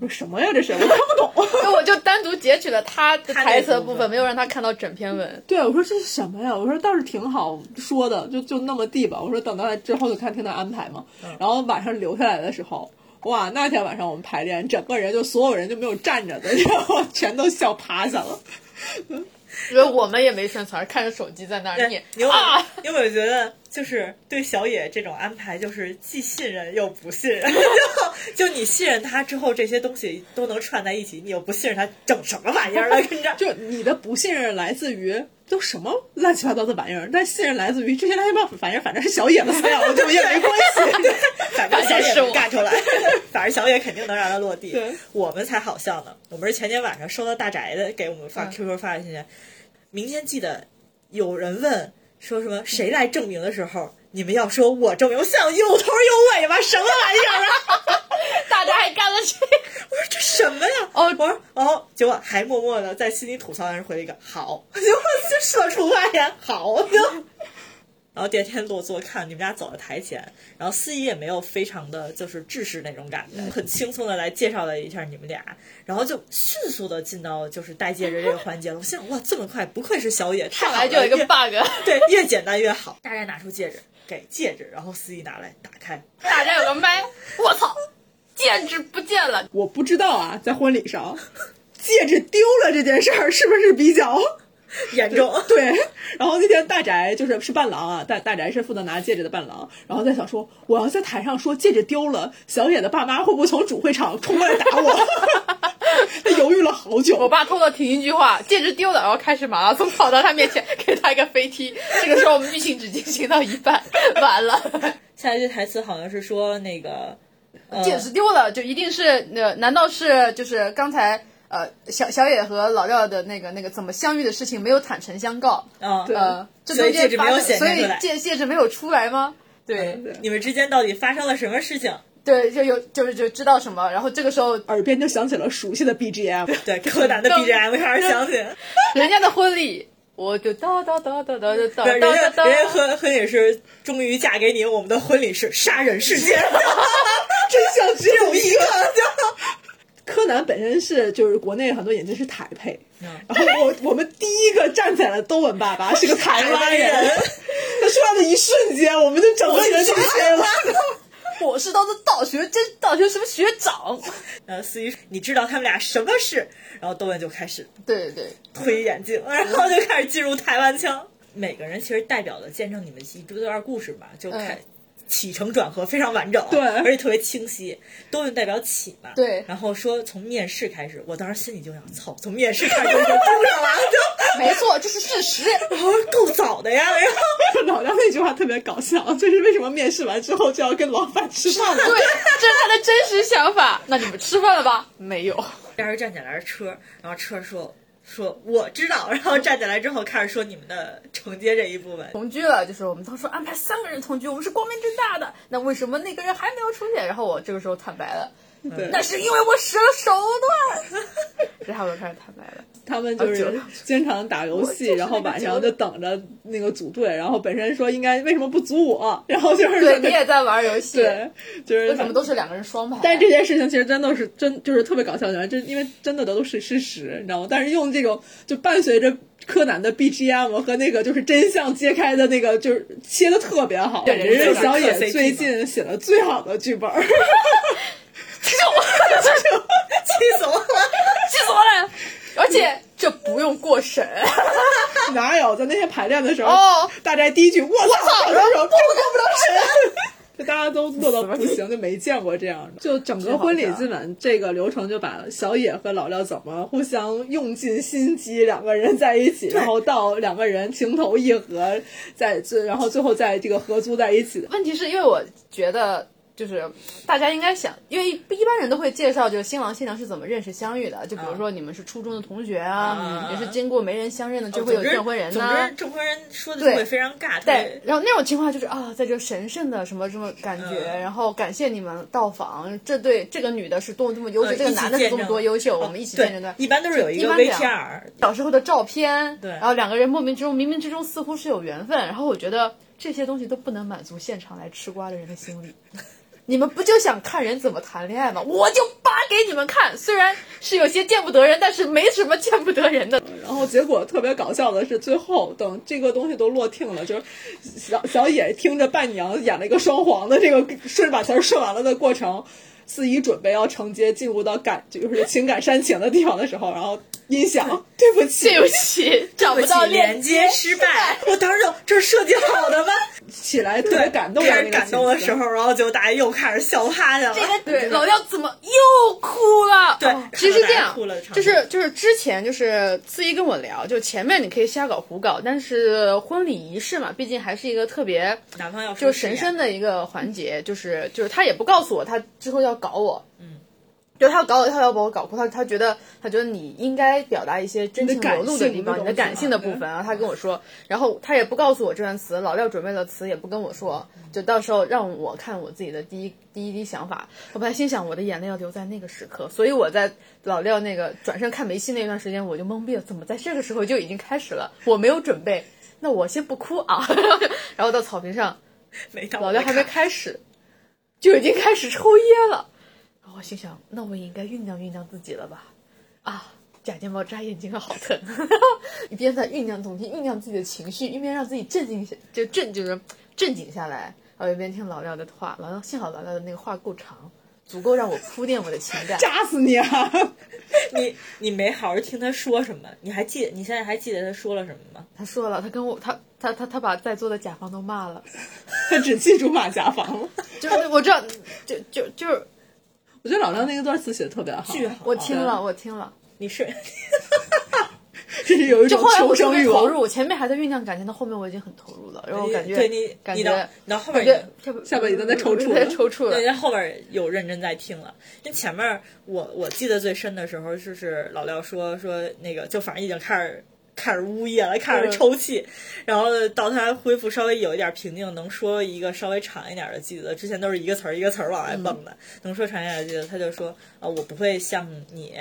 S2: 我说什么呀？这是我看不懂。
S4: 所以我就单独截取了他的
S1: 他那
S4: 台词的
S1: 部
S4: 部
S1: 分
S4: 分，没有让他看到整篇文。
S2: 对，啊我说这是什么呀？我说倒是挺好说的，就就那么地吧。我说等到之后就看听他安排嘛。
S1: 嗯
S2: 然后晚上留下来的时候，哇，那天晚上我们排练，整个人就所有人就没有站着的，然后全都笑趴下了。
S4: 因为我们也没宣传，看着手机在那儿念
S1: 你有没有、
S4: 啊，
S1: 你有没有觉得，就是对小野这种安排，就是既信任又不信任？ 就就你信任他之后，这些东西都能串在一起，你又不信任他，整什么玩意儿了？跟这儿
S2: 就你的不信任来自于都什么乱七八糟的玩意儿，但信任来自于这些乱七八糟玩意儿，反正是小野的菜，啊我就也没关系。
S1: 反正小野
S4: 是
S1: 能
S4: 我
S1: 干出来，反正小野肯定能让他落地
S2: 对。
S1: 我们才好笑呢，我们是前天晚上收到大宅的给我们发 QQ 发的信息，明天记得有人问说什么谁来证明的时候，你们要说我证明，我想有头有尾吧，什么玩意儿啊？
S4: 大家还干了这 个，
S1: 我说这什么呀？
S4: 哦
S1: 我说哦，结果还默默的在心里吐槽，但是回了一个好， 结果就社畜发言好 就。然后第二天落座看你们俩走到台前，然后司仪也没有非常的就是制式那种感觉，
S4: 嗯
S1: 很轻松的来介绍了一下你们俩，然后就迅速的进到就是代接人这个环节了。我心想哇，这么快，不愧是小野，太
S4: 上
S1: 好
S4: 来哎就有
S1: 了
S4: 一个
S1: 越
S4: bug，
S1: 对，越简单越好。大家拿出戒指，给戒指，然后司仪拿来打开，
S4: 大家有个麦，我操，戒指不见了，
S2: 我不知道啊，在婚礼上戒指丢了这件事儿是不是比较？
S1: 严重。
S2: 对，然后那天大宅就是是伴郎啊，大大宅是负责拿戒指的伴郎，然后在想说，我要在台上说戒指丢了，小野的爸妈会不会从主会场冲过来打我？ 他犹豫了好
S4: 我
S2: 久，
S4: 爸偷偷停一句话，戒指丢了，然后开始马拉松跑到他面前，给他一个飞踢。这个时候我们剧情只进行到一半，完了，
S1: 下一句台词好像是说那个。呃
S4: 戒指丢了就一定是那、难道是就是刚才呃小小野和老廖的那个那个怎么相遇的事情没有坦诚相告？
S1: 啊，
S2: 对
S4: 呃，这
S1: 所以
S4: 中
S1: 戒
S4: 间
S1: 指
S4: 发
S1: 没有
S4: 生，
S1: 显
S4: 所
S1: 现出
S4: 以
S1: 来嗯
S4: 戒戒指没有出来吗？对
S2: 对
S1: 你们之间到底发生了什么事情？
S4: 对，就有就是就知道什么，然后这个时 候
S2: 耳边就响起了熟悉的 BGM，
S1: 对，柯南的 BGM 开始响起，
S4: 人家的婚礼，我就哒哒哒哒哒哒
S1: 对，
S4: 哒
S1: 人家
S4: 哒
S1: 人
S4: 哒，
S1: 家婚婚礼是终于嫁给你，我们的婚礼是杀人事 件，
S2: 真相只有
S1: 有一。个就
S2: 柯南本身是就是国内很多引进是台配，
S1: 嗯
S2: 然后我我们第一个站起来的东文爸爸是个台湾人，
S1: 台湾人
S2: 他说话的一瞬间，我们就整个人就飞了。
S4: 我是当时大学真大学什么学 长，
S1: 呃，司仪，你知道他们俩什么事？然后窦文就开始
S4: 对对，
S1: 推眼 镜，然后就开始进入台湾腔。每个人其实代表的见证你们一段故事嘛，就看
S4: 嗯
S1: 起承转合非常完整，
S2: 对
S1: 而且特别清晰。都是代表起嘛，
S4: 对
S1: 然后说从面试开始，我当时心里就想，操，从面试开始就已经盯上了，
S4: 没错，这是事实。
S1: 就然后够早的呀，然后
S2: 老梁那句话特别搞笑，就是为什么面试完之后就要跟老板吃饭呢？
S4: 对，这是他的真实想法。那你们吃饭了吧？没有，
S1: 俩人站起来车，然后车说说我知道，然后站起来之后开始说你们的承接这一部分，
S4: 同居了，就是我们当初安排三个人同居，我们是光明正大的。那为什么那个人还没有出现？然后我这个时候坦白了，
S2: 对
S4: 那是因为我使了手段。 然后我就开始坦白了。
S2: 他们
S4: 啊
S2: 就是经常打游戏，然后晚上就等着那个组队，然后本身说应该为什么不组我，然后就是
S4: 对你也在玩游戏，
S2: 对，就是
S4: 为什么都是两个人双排？
S2: 但是这件事情其实真的是真就是特别搞笑，这因为真的都是事实，你知道吗？但是用这种就伴随着柯南的 BGM 和那个就是真相揭开的那个，就是切的特别好，
S4: 对
S2: 感觉
S4: 人
S2: 是
S4: 设
S2: 小野
S1: 特 CP
S2: 最
S1: 嘛
S2: 近写的最好的剧本儿。
S1: 气死我了。
S4: 气死我了！而且这不用过 审，
S2: 哪有？在那天排练的时候，
S4: 哦
S2: 大宅第一句我操，然后说这过不了审，就大 大家都乐到不行，就没见过这样的。就整个婚礼基本这个流程就把小野和老廖怎么互相用尽心机，两个人在一起，然后到两个人情投意合，在最然后最后在这个合租在一起。
S4: 问题是因为我觉得。就是大家应该想，因为一一般人都会介绍，就是新郎新娘是怎么认识相遇的。就比如说你们是初中的同学啊，
S1: 嗯
S4: 也是经过媒人相认的，就会有证婚人
S1: 哦总
S4: 呐、
S1: 之，证婚人说的就会
S4: 对
S1: 非常尬，特
S4: 对
S1: 别，
S4: 然后那种情况就是啊，在这神圣的什么什么感觉，
S1: 嗯
S4: 然后感谢你们到访，这对这个女的是多么多么优秀，
S1: 呃
S4: 这个
S1: 一起
S4: 男的是
S1: 见
S4: 多么
S1: 证
S4: 多优秀，
S1: 哦
S4: 我们一起
S1: 对
S4: 见证的。
S1: 一般都是有一
S4: 一
S1: 个
S4: 般这样
S1: VTR，
S4: 小时候的照片，
S1: 对
S4: 然后两个人莫名之中冥冥之中似乎是有缘分，然后我觉得这些东西都不能满足现场来吃瓜的人的心理。你们不就想看人怎么谈恋爱吗？我就扒给你们看，虽然是有些见不得人，但是没什么见不得人的。
S2: 然后结果特别搞笑的是，最后等这个东西都落听了，就是小小野听着伴娘演了一个双簧的这个顺把词儿顺完了的过程，司仪准备要承接进入到感就是情感煽情的地方的时候，然后音响，对不起，
S4: 对不起，找不到
S1: 对起
S4: 链
S1: 连接失败。我当时就这是设计好的吗？
S2: 起来特别感动的
S1: 开始
S2: 那个
S1: 感动的时
S2: 情
S1: 候，然后结果大家又开始笑趴下了。
S4: 这个老廖怎么又哭了？
S1: 对
S4: 哦其实是这
S1: 看到大家
S4: 样
S1: 哭了的，场
S4: 就
S1: 景
S4: 是就是之前就是司仪跟我聊，就前面你可以瞎搞胡搞，但是婚礼仪式嘛，毕竟还是一个特别
S1: 男方要说
S4: 就
S1: 誓
S4: 神
S1: 言
S4: 圣的一个
S2: 嗯
S4: 环节，就是就是他也不告诉我他之后要搞我，嗯。就他要搞我，他要把我搞哭，他他觉得他觉得你应该表达一些真
S2: 你的
S4: 情
S2: 感
S4: 流露
S2: 性
S4: 地
S2: 的
S4: 方，你的
S2: 东西
S4: 感
S2: 嘛
S4: 性的部
S2: 对
S4: 分。然后他跟我说，然后他也不告诉我这段词，老廖准备的词也不跟我说，
S2: 嗯
S4: 就到时候让我看我自己的第一第一滴想法。我本来心想我的眼泪要留在那个时刻，所以我在老廖那个转身看梅西那段时间，我就懵逼了，怎么在这个时候就已经开始了？我没有准备，那我先不哭啊。 然后到草坪上，
S1: 没到
S4: 老廖还没开始，就已经开始抽噎了。然后我心想，那我也应该酝酿酝酿自己了吧？啊，假睫毛扎眼睛啊好疼！ 一边在酝酿东西，酝酿自己的情绪，一边让自己镇静下，就镇就是镇静下来。然后一边听老廖的话，老廖幸好老廖的那个话够长，足够让我铺垫我的情感。
S2: 扎死你啊！
S1: 你你没好好听他说什么？你还记你现在还记得他说了什么吗？
S4: 他说了，他跟我他他他他把在座的甲方都骂了，
S2: 他只记住马甲房了。
S4: 就是我知道，就就就是
S2: 我觉得老廖那个段词写的特别好，
S1: 巨好，
S4: 我听了，我听了。
S1: 你是
S2: 这是有一
S4: 就
S2: 种
S4: 后来
S2: 求
S4: 我特
S2: 生
S4: 别
S2: 欲
S4: 投
S2: 望。
S4: 入，我前面还在酝酿感情，到后面我已经很投入了， 然后我感觉
S1: 对你
S4: 感
S1: 你
S4: 觉
S1: 到你到后
S4: 感
S1: 边已经
S4: 觉下巴
S2: 下巴已经在抽搐了
S4: 在抽搐了
S1: 对，。人家后边有认真在听了。因为前面我我记得最深的时候，就是老廖说说那个，就反正已经开始开始呜咽了，
S4: 嗯
S1: 开始抽泣，然后到他恢复稍微有一点平静，能说一个稍微长一点的句子，之前都是一个词儿一个词儿往
S4: 嗯
S1: 外蹦的，能说长一点的句子，他就说啊，我不会像你。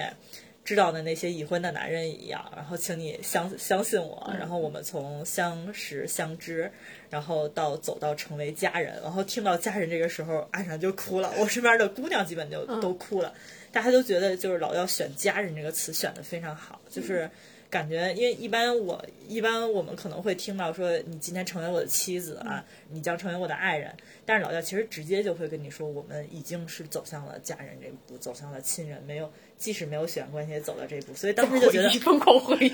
S1: 知道的那些已婚的男人一样，然后请你相相信我，
S4: 嗯
S1: 然后我们从相识相知，然后到走到成为家人，然后听到家人这个时候，安然就哭了。我身边的姑娘基本
S4: 嗯
S1: 就都哭了，大家都觉得就是老要选家人这个词选的非常好，
S4: 嗯
S1: 就是感觉因为一般我一般我们可能会听到说你今天成为我的妻子
S4: 嗯
S1: 啊，你将成为我的爱人，但是老廖其实直接就会跟你说，我们已经是走向了家人这一步，走向了亲人，没有即使没有血缘关系也走到这一步，所以当时就觉得
S4: 回忆疯狂回忆，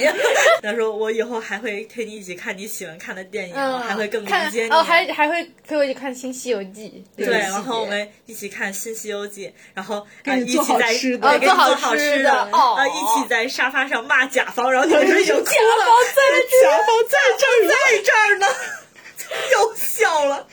S1: 他说我以后还会陪你一起看你喜欢看的电影，
S4: 嗯，
S1: 还会更
S4: 看
S1: 理解你。
S4: 哦，还还会陪我去看《新西游记》这 个
S1: 对，
S4: 细节
S1: 然后我们一起看《新西游记》，然后
S2: 给
S1: 啊
S2: 你
S1: 一
S2: 做
S1: 起
S2: 好
S1: 在
S2: 吃
S1: 对
S2: 的哦
S1: 给你
S4: 做好
S1: 做好
S4: 吃
S1: 吃
S4: 的哦
S1: 啊，一起在沙发上骂甲方，然后那时已经哭
S4: 甲
S1: 了，
S4: 方在
S1: 甲方在这儿在这儿呢，又笑了，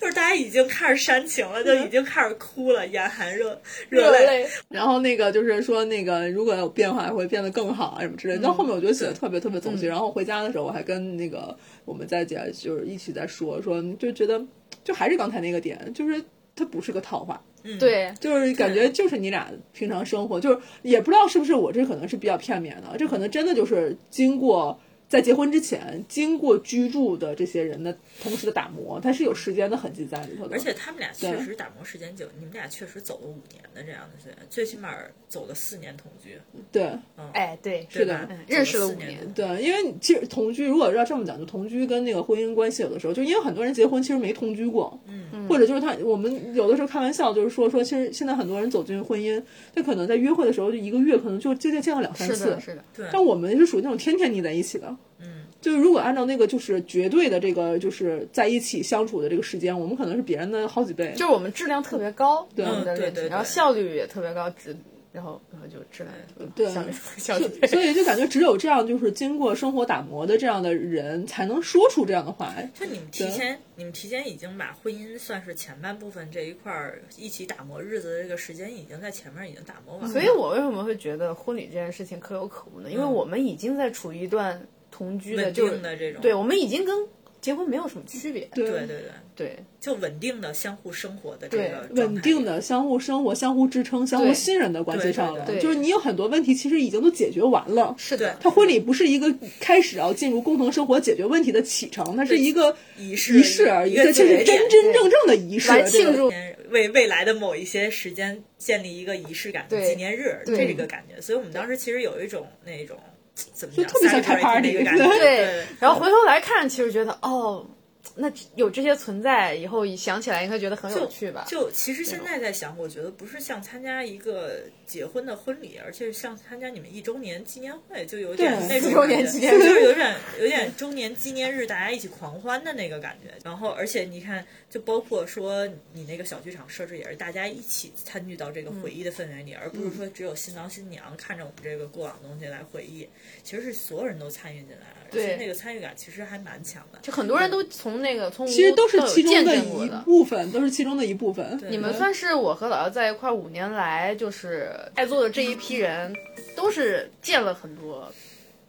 S1: 就是大家已经开始煽情了，就已经开始哭了，眼含热热
S4: 热
S1: 泪。
S4: 泪，
S2: 然后那个就是说，那个如果有变化会变得更好啊什么
S1: 嗯
S2: 之类的。到后面我觉得写的特别特别总结。然后回家的时候，我还跟那个我们在姐就是一起在说说，就觉得就还是刚才那个点，就是它不是个套话，
S1: 嗯
S4: 对。
S2: 就是感觉就是你俩平常生活，就是也不知道是不是我这可能是比较片面的，这可能真的就是经过。在结婚之前，经过居住的这些人的同时的打磨，它是有时间的痕迹在里头的。
S1: 而且他们俩确
S2: 对
S1: 实打磨时间久，你们俩确实走了五年的这样的时间，最起码走了四年同居，
S2: 对，
S4: 哎，对，
S1: 是
S2: 的
S4: 嗯认识了五年，
S2: 对，因为你其实同居，如果要这么讲，就同居跟那个婚姻关系，有的时候就因为很多人结婚其实没同居过，嗯，或者就是他我们有的时候开玩笑就是说说，其实现在很多人走进婚姻，他可能在约会的时候就一个月可能就就见见了两三
S4: 是
S2: 次
S4: 的，，是的，
S2: 但我们是属于那种天天腻在一起的，嗯，就是如果按照那个就是绝对的这个就是在一起相处的这个时间，我们可能是别人的好几倍。
S4: 就是我们质量特别高，对我们的
S1: 嗯对
S4: 恋
S1: 对
S4: 情，然后
S1: 对
S4: 效率也特别高，质，然后然后就质量也特别高
S2: 对
S1: 嗯
S4: 效率效率
S2: 所以就感觉只有这样，就是经过生活打磨的这样的人，才能说出这样的话。哎
S1: 就你们提前，你们提前已经把婚姻算是前半部分这一块儿一起打磨日子的这个时间，已经在前面已经打磨完了。
S4: 所以，我为什么会觉得婚礼这件事情可有可无呢？因为
S1: 嗯
S4: 我们已经在处于一段同居的，
S1: 稳
S4: 就是
S1: 定的这种，
S4: 对，我们已经跟结婚没有什么区别。
S1: 对
S2: 对
S1: 对对，
S4: 对，
S1: 就稳定的相互生活的这
S4: 对
S1: 个状态
S2: 稳定的相互生活、相互支撑、相互
S4: 对
S2: 信任的关系
S1: 对
S2: 上
S1: 对
S2: 了，
S4: 对
S2: 就是你有很多问题其实已经都解决完了。
S4: 是的
S1: 对，
S2: 它婚礼不是一个开始要进入共同生活、解决问题的启程，它是一个
S1: 仪式
S2: 仪式而已，
S1: 一个
S2: 这
S1: 节
S2: 是
S1: 点
S2: 真真正正的仪式
S4: 来，
S2: 这个
S4: 庆祝
S1: 先为未来的某一些时间建立一个仪式感的
S4: 对
S1: 纪念日，
S4: 对
S1: 这个感觉。所以我们当时其实有一种那种怎么
S2: 就
S1: 讲，
S2: 特别像开
S1: celebrate
S2: party
S1: 的一个感觉。
S2: 对
S1: 对，
S4: 然后回头来看，其实觉得哦，那有这些存在，以后想起来应该觉得很有趣吧？
S1: 就其实现在在想，我觉得不是像参加一个结婚的婚礼，而且是像参加你们一周年纪念会，就有点
S2: 对
S1: 那种
S4: 四周年
S1: 感觉
S4: 纪念日
S1: 就是有点有点周年纪念日大家一起狂欢的那个感觉。然后，而且你看，就包括说你那个小剧场设置也是大家一起参与到这个回忆的氛围里，而不是说只有新郎新娘看着我们这个过往的东西来回忆，其实是所有人都参与进来，而
S4: 对
S1: 且那个参与感其实还蛮强的。
S4: 就很多人都从那个从
S2: 其实都是
S4: 有
S2: 其中
S4: 见
S2: 的
S4: 证过
S2: 一
S4: 的。
S2: 部分，都是其中的一部分。
S1: 对
S4: 你们算是我和姥姥在一块儿五年来，就是在座的这一批人，都是见了很多，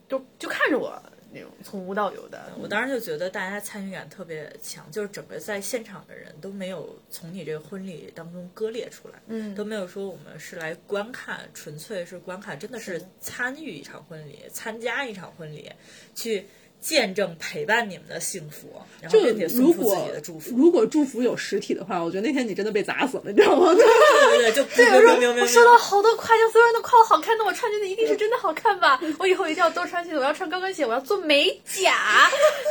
S4: 就就看着我那种从无到有的。
S1: 我当时就觉得大家参与感特别强，就是整个在现场的人都没有从你这个婚礼当中割裂出来，
S4: 嗯
S1: 都没有说我们是来观看，纯粹是观看，真的是参与一场婚礼，参加一场婚礼，去见证陪伴你们的幸福，然后
S2: 就
S1: 并且送
S2: 如
S1: 出自己
S2: 果
S1: 的祝福，
S2: 如果祝福有实体的话，我觉得那天你真的被砸死了，你知道吗？
S1: 对对对，就
S4: 对，我
S1: 明明
S4: 说
S1: 明
S4: 我收到好多夸奖，所有人都夸我好看，那我穿裙子一定是真的好看 吧？我以后一定要多穿裙子，我要穿高跟鞋，我要做美 甲，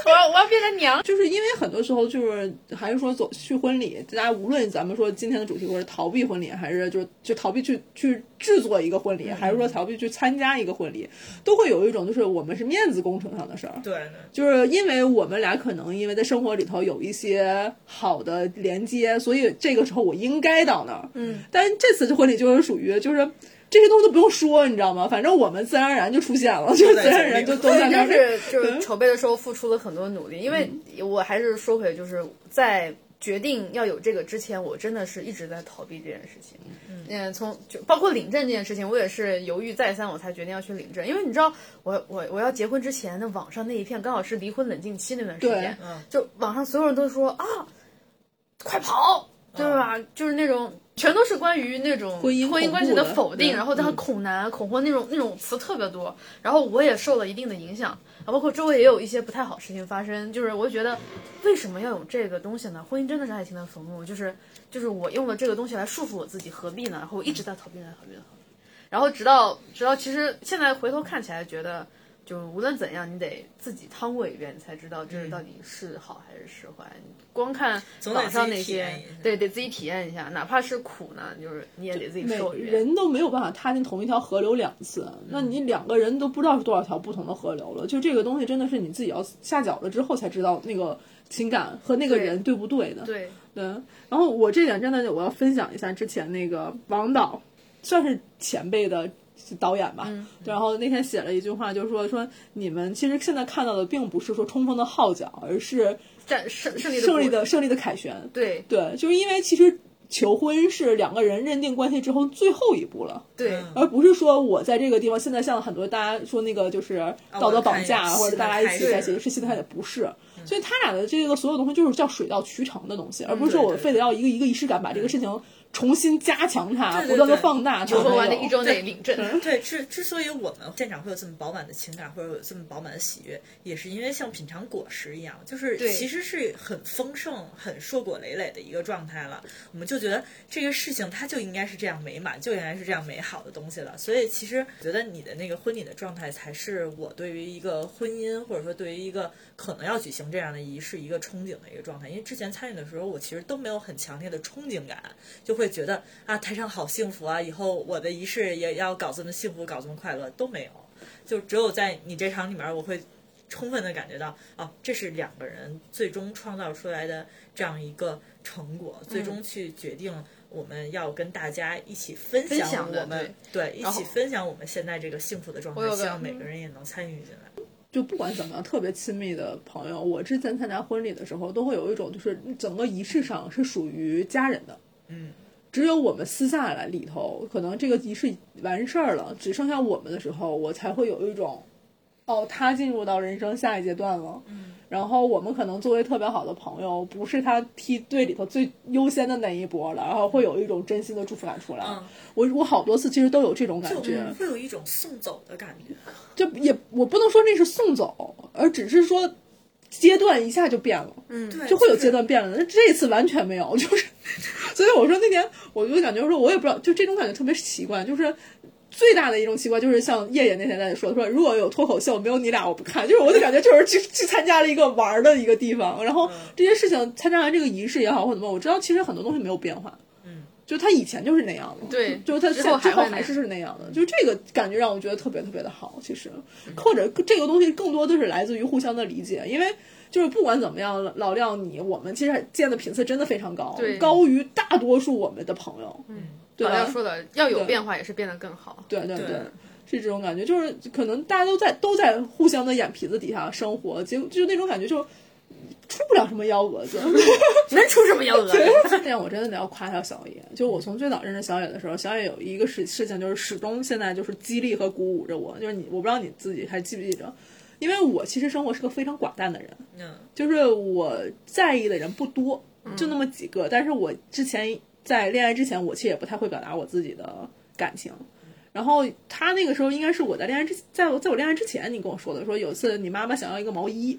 S4: 我要我要变成娘。
S2: 就是因为很多时候就是还是说走去婚礼，大家无论咱们说今天的主题，或者逃避婚礼，还是就是就逃避去去制作一个婚礼，还是说逃避去参加一个婚礼，都会有一种就是我们是面子工程上的事儿。
S1: 对对。
S2: 就是因为我们俩可能因为在生活里头有一些好的连接，所以这个时候我应该到那儿。嗯，但是这次这婚礼就是属于就是这些东西都不用说，你知道吗？反正我们自然而然就出现了，就
S1: 在
S2: 自然而
S1: 这
S2: 然
S1: 里
S2: 就都在那
S4: 就
S2: 儿。
S4: 是就是筹备的时候付出了很多努力，因为我还是说回，就是在决定要有这个之前，我真的是一直在逃避这件事情。嗯，从就包括领证这件事情，我也是犹豫再三，我才决定要去领证。因为你知道，我我我要结婚之前，那网上那一片刚好是离婚冷静期那段时间
S1: 对嗯，
S4: 就网上所有人都说啊，快跑，对吧？就是那种。全都是关于那种
S2: 婚姻
S4: 婚姻关系
S2: 恐怖
S4: 的
S2: 的
S4: 否定，
S2: 嗯
S4: 然后他
S2: 嗯
S4: 恐男、恐婚那种那种词特别多，然后我也受了一定的影响，啊，包括周围也有一些不太好事情发生，就是我觉得为什么要有这个东西呢？婚姻真的是爱情的坟墓，就是就是我用了这个东西来束缚我自己，何必呢？然后我一直在逃避，在逃避，在逃避，然后直到直到其实现在回头看起来，觉得就无论怎样，你得自己趟过一遍，你才知道这到底是好还是是坏。你光看
S1: 得
S4: 网上
S1: 自己
S4: 那
S1: 体验
S4: 些
S1: 一下，
S4: 对，得自己体验一下，哪怕是苦呢，就是你也得自己
S2: 每
S4: 受一遍。
S2: 人都没有办法踏进同一条河流两次，那你两个人都不知道是多少条不同的河流了。就这个东西真的是你自己要下脚了之后才知道那个情感和那个
S4: 对
S2: 人对不对的。
S4: 对，
S2: 对，然后我这点真的我要分享一下之前那个王导，算是前辈的导演吧。对然后那天写了一句话，就是说说你们其实现在看到的并不是说冲锋的号角，而是
S4: 战胜胜利的
S2: 胜利
S4: 过
S2: 的胜利的凯旋。
S4: 对
S2: 对，就是因为其实求婚是两个人认定关系之后最后一步了。
S4: 对。
S1: 嗯
S2: 而不是说我在这个地方，现在像很多大家说那个就是道德绑架，
S1: 啊我看一眼
S2: 或者大家一起在一
S1: 是嗯
S2: 起是心态的，不是。所以他俩的这个所有东西就是叫水到渠成的东西，而不是说
S1: 嗯对
S2: 我
S1: 对
S2: 非得要一个一个仪式感把这个事情重新加强它，
S1: 对对
S2: 不断的
S1: 对
S2: 放大它。
S4: 求婚完的
S2: 没有
S4: 一周内领证，
S1: 对，之之所以我们现场会有这么饱满的情感，或者有这么饱满的喜悦，也是因为像品尝果实一样，就是
S4: 对
S1: 其实是很丰盛、很硕果累累的一个状态了。我们就觉得这个事情它就应该是这样美满，就应该是这样美好的东西了。所以其实觉得你的那个婚礼的状态，才是我对于一个婚姻，或者说对于一个可能要举行这样的仪式一个憧憬的一个状态。因为之前参与的时候，我其实都没有很强烈的憧憬感，就会觉得啊，台上好幸福啊，以后我的仪式也要搞这么幸福，搞这么快乐，都没有。就只有在你这场里面，我会充分的感觉到，哦，这是两个人最终创造出来的这样一个成果，最
S4: 嗯
S1: 终去决定我们要跟大家一起分
S4: 分
S1: 享
S4: 享的
S1: 我们对一
S4: 然后
S1: 起分享我们现在这个幸福的状态
S4: 我有，个嗯
S1: 希望每个人也能参与进来。
S2: 就不管怎么样，特别亲密的朋友，我之前参加婚礼的时候，都会有一种就是整个仪式上是属于家人的，
S1: 嗯，
S2: 只有我们私下来里头，可能这个仪式完事儿了，只剩下我们的时候，我才会有一种，哦，他进入到人生下一阶段了，嗯，然后我们可能作为特别好的朋友，不是他梯队里头最优先的那一波了，然后会有一种真心的祝福感出来。
S1: 嗯
S2: 我我好多次其实都有这种感
S1: 就嗯
S2: 觉，
S1: 会有一种送走的感觉。
S2: 就也我不能说那是送走，而只是说阶段一下就变了，
S4: 嗯，
S1: 对
S2: 就会有
S1: 是
S2: 阶段变了。但这一次完全没有，就是，所以我说那天我就感觉说，我也不知道，就这种感觉特别奇怪，就是。最大的一种奇怪就是像叶叶那天在说，说如果有脱口秀，没有你俩我不看。就是我就感觉就是去去参加了一个玩儿的一个地方，然后这些事情参加完这个仪式也好或者怎么，我知道其实很多东西没有变化，
S1: 嗯，
S2: 就他以前就是那样的，
S4: 对
S2: 就是他
S4: 之
S2: 现
S4: 后
S2: 之
S4: 还
S2: 后
S4: 会那
S2: 还
S4: 样
S2: 是是那样的，就这个感觉让我觉得特别特别的好。其实，
S4: 嗯
S2: 或者这个东西更多的是来自于互相的理解，因为就是不管怎么样，老廖你我们其实见的频次真的非常高
S4: 对，
S2: 高于大多数我们的朋友，嗯，对
S4: 老廖
S2: 吧？
S4: 说的，要有
S2: 对
S4: 变化也是变得更好。
S2: 对对
S1: 对
S2: 对。是这种感觉，就是可能大家都在都在互相的眼皮子底下生活，结果就那种感觉就出不了什么幺蛾子，
S4: 能出什么幺蛾子？啊
S2: 这点我真的得要夸一下小野。就我从最早认识小野的时候，小野有一个事事情，就是始终现在就是激励和鼓舞着我。就是你，我不知道你自己还记不记着，因为我其实生活是个非常寡淡的人，
S1: 嗯，
S2: 就是我在意的人不多，就那么几个。但是我之前在恋爱之前，我其实也不太会表达我自己的感情。然后他那个时候应该是我在恋爱之，在我在我恋爱之前，你跟我说的，说有一次你妈妈想要一个毛衣，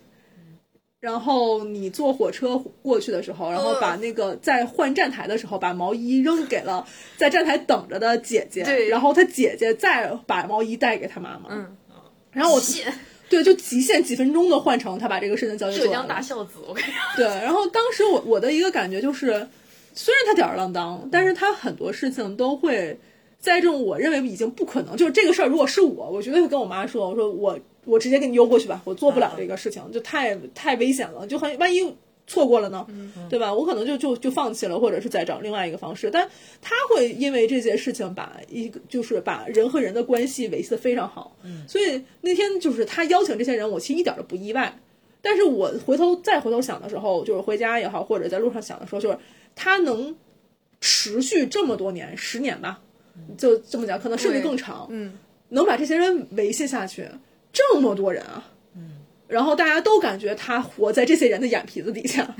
S2: 然后你坐火车过去的时候，然
S4: 呃
S2: 后把那个在换站台的时候，把毛衣扔给了在站台等着的姐姐，
S4: 对
S2: 然后他姐姐再把毛衣带给他妈妈，
S4: 嗯，
S2: 然后我
S4: 信
S2: 对就极限几分钟的换成他把这个事情交接
S4: 浙
S2: 做完
S4: 江
S2: 了
S4: 大。孝子，我跟你说，
S2: 对，然后当时我我的一个感觉就是，虽然他吊儿郎当，但是他很多事情都会在这种我认为已经不可能，就是这个事儿，如果是我，我绝对会跟我妈说，我说我我直接给你邮过去吧，我做不了这个事情，就太太危险了，就很万一。错过了呢，对吧？我可能就就就放弃了，或者是再找另外一个方式。但他会因为这些事情把一个就是把人和人的关系维系的非常好，所以那天就是他邀请这些人，我其实一点儿都不意外。但是我回头再回头想的时候，就是回家也好，或者在路上想的时候，就是他能持续这么多年，十年吧，就这么讲，可能甚至更长，
S4: 嗯，
S2: 能把这些人维系下去，这么多人啊，
S4: 嗯
S2: 然后大家都感觉他活在这些人的眼皮子 底下，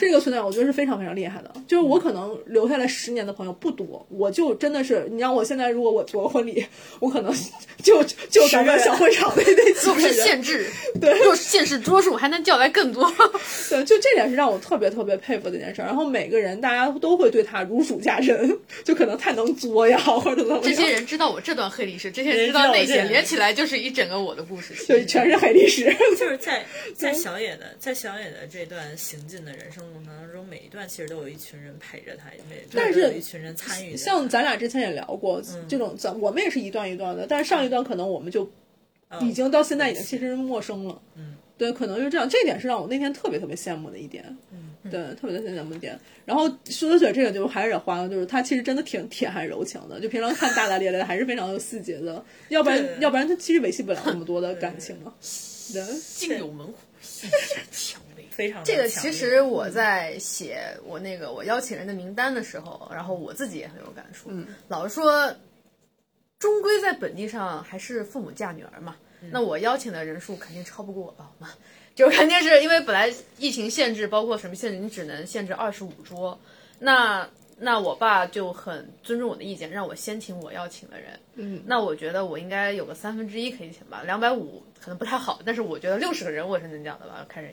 S2: 这个存在我觉得是非常非常厉害的。就是我可能留下来十年的朋友不多，我就真的是，你让我现在如果我我婚礼，我可能 就就咱们小会场的那几
S4: 若
S2: 个
S4: 是
S2: 人，
S4: 限制，对，若是限制多数，还能叫来更多。
S2: 对，就这点是让我特别特别佩服的一件事儿。然后每个人大家都会对他如数家珍，就可能太能作呀，或者怎么样
S4: 这些人知道我这段黑历史，这些人知
S1: 人知
S4: 道
S1: 道
S4: 那
S1: 我这
S4: 些，
S1: 人
S4: 连起来就是一整个我的故事。
S2: 就全是黑历史。
S1: 就是 在
S2: 嗯
S1: 在小野的在小野的这段行进的人生路程当中，每一段其实都有一群人陪着他，每
S2: 但
S1: 都有
S2: 是
S1: 一群人参与着
S2: 像
S1: 他
S2: 咱俩之前也聊过，这种咱我们也是一段一段的，但是上一段可能我们就
S1: 嗯
S2: 已经到现在已经其实陌生了。
S1: 嗯，
S2: 对，可能就是这样。这点是让我那天特别特别羡慕的一点。嗯，对，特别特别羡慕的一点。然后说雪这个就还是得花了，就是他其实真的挺铁汉柔情的，就平常看大大咧咧的，还是非常有细节的，要不然
S1: 对
S2: 要不然他其实维系不了那么多的感情嘛。对，
S4: 竟有门户，细枝蔷薇。
S1: 非常
S4: 这个其实
S1: 我
S2: 嗯
S4: 我在写我那个我邀请人的名单的时候，然后我自己也很有感触。
S2: 嗯，
S4: 老实说，终归在本地上还是父母嫁女儿嘛。
S2: 嗯
S4: 那我邀请的人数肯定超不过我爸我妈，就肯定是因为本来疫情限制，包括什么限制，你只能限制二十五桌。那那我爸就很尊重我的意见，让我先请我要请的人。
S2: 嗯，
S4: 那我觉得我应该有个三分之一可以请吧，两百五可能不太好，但是我觉得六十个人我是能讲的吧，开始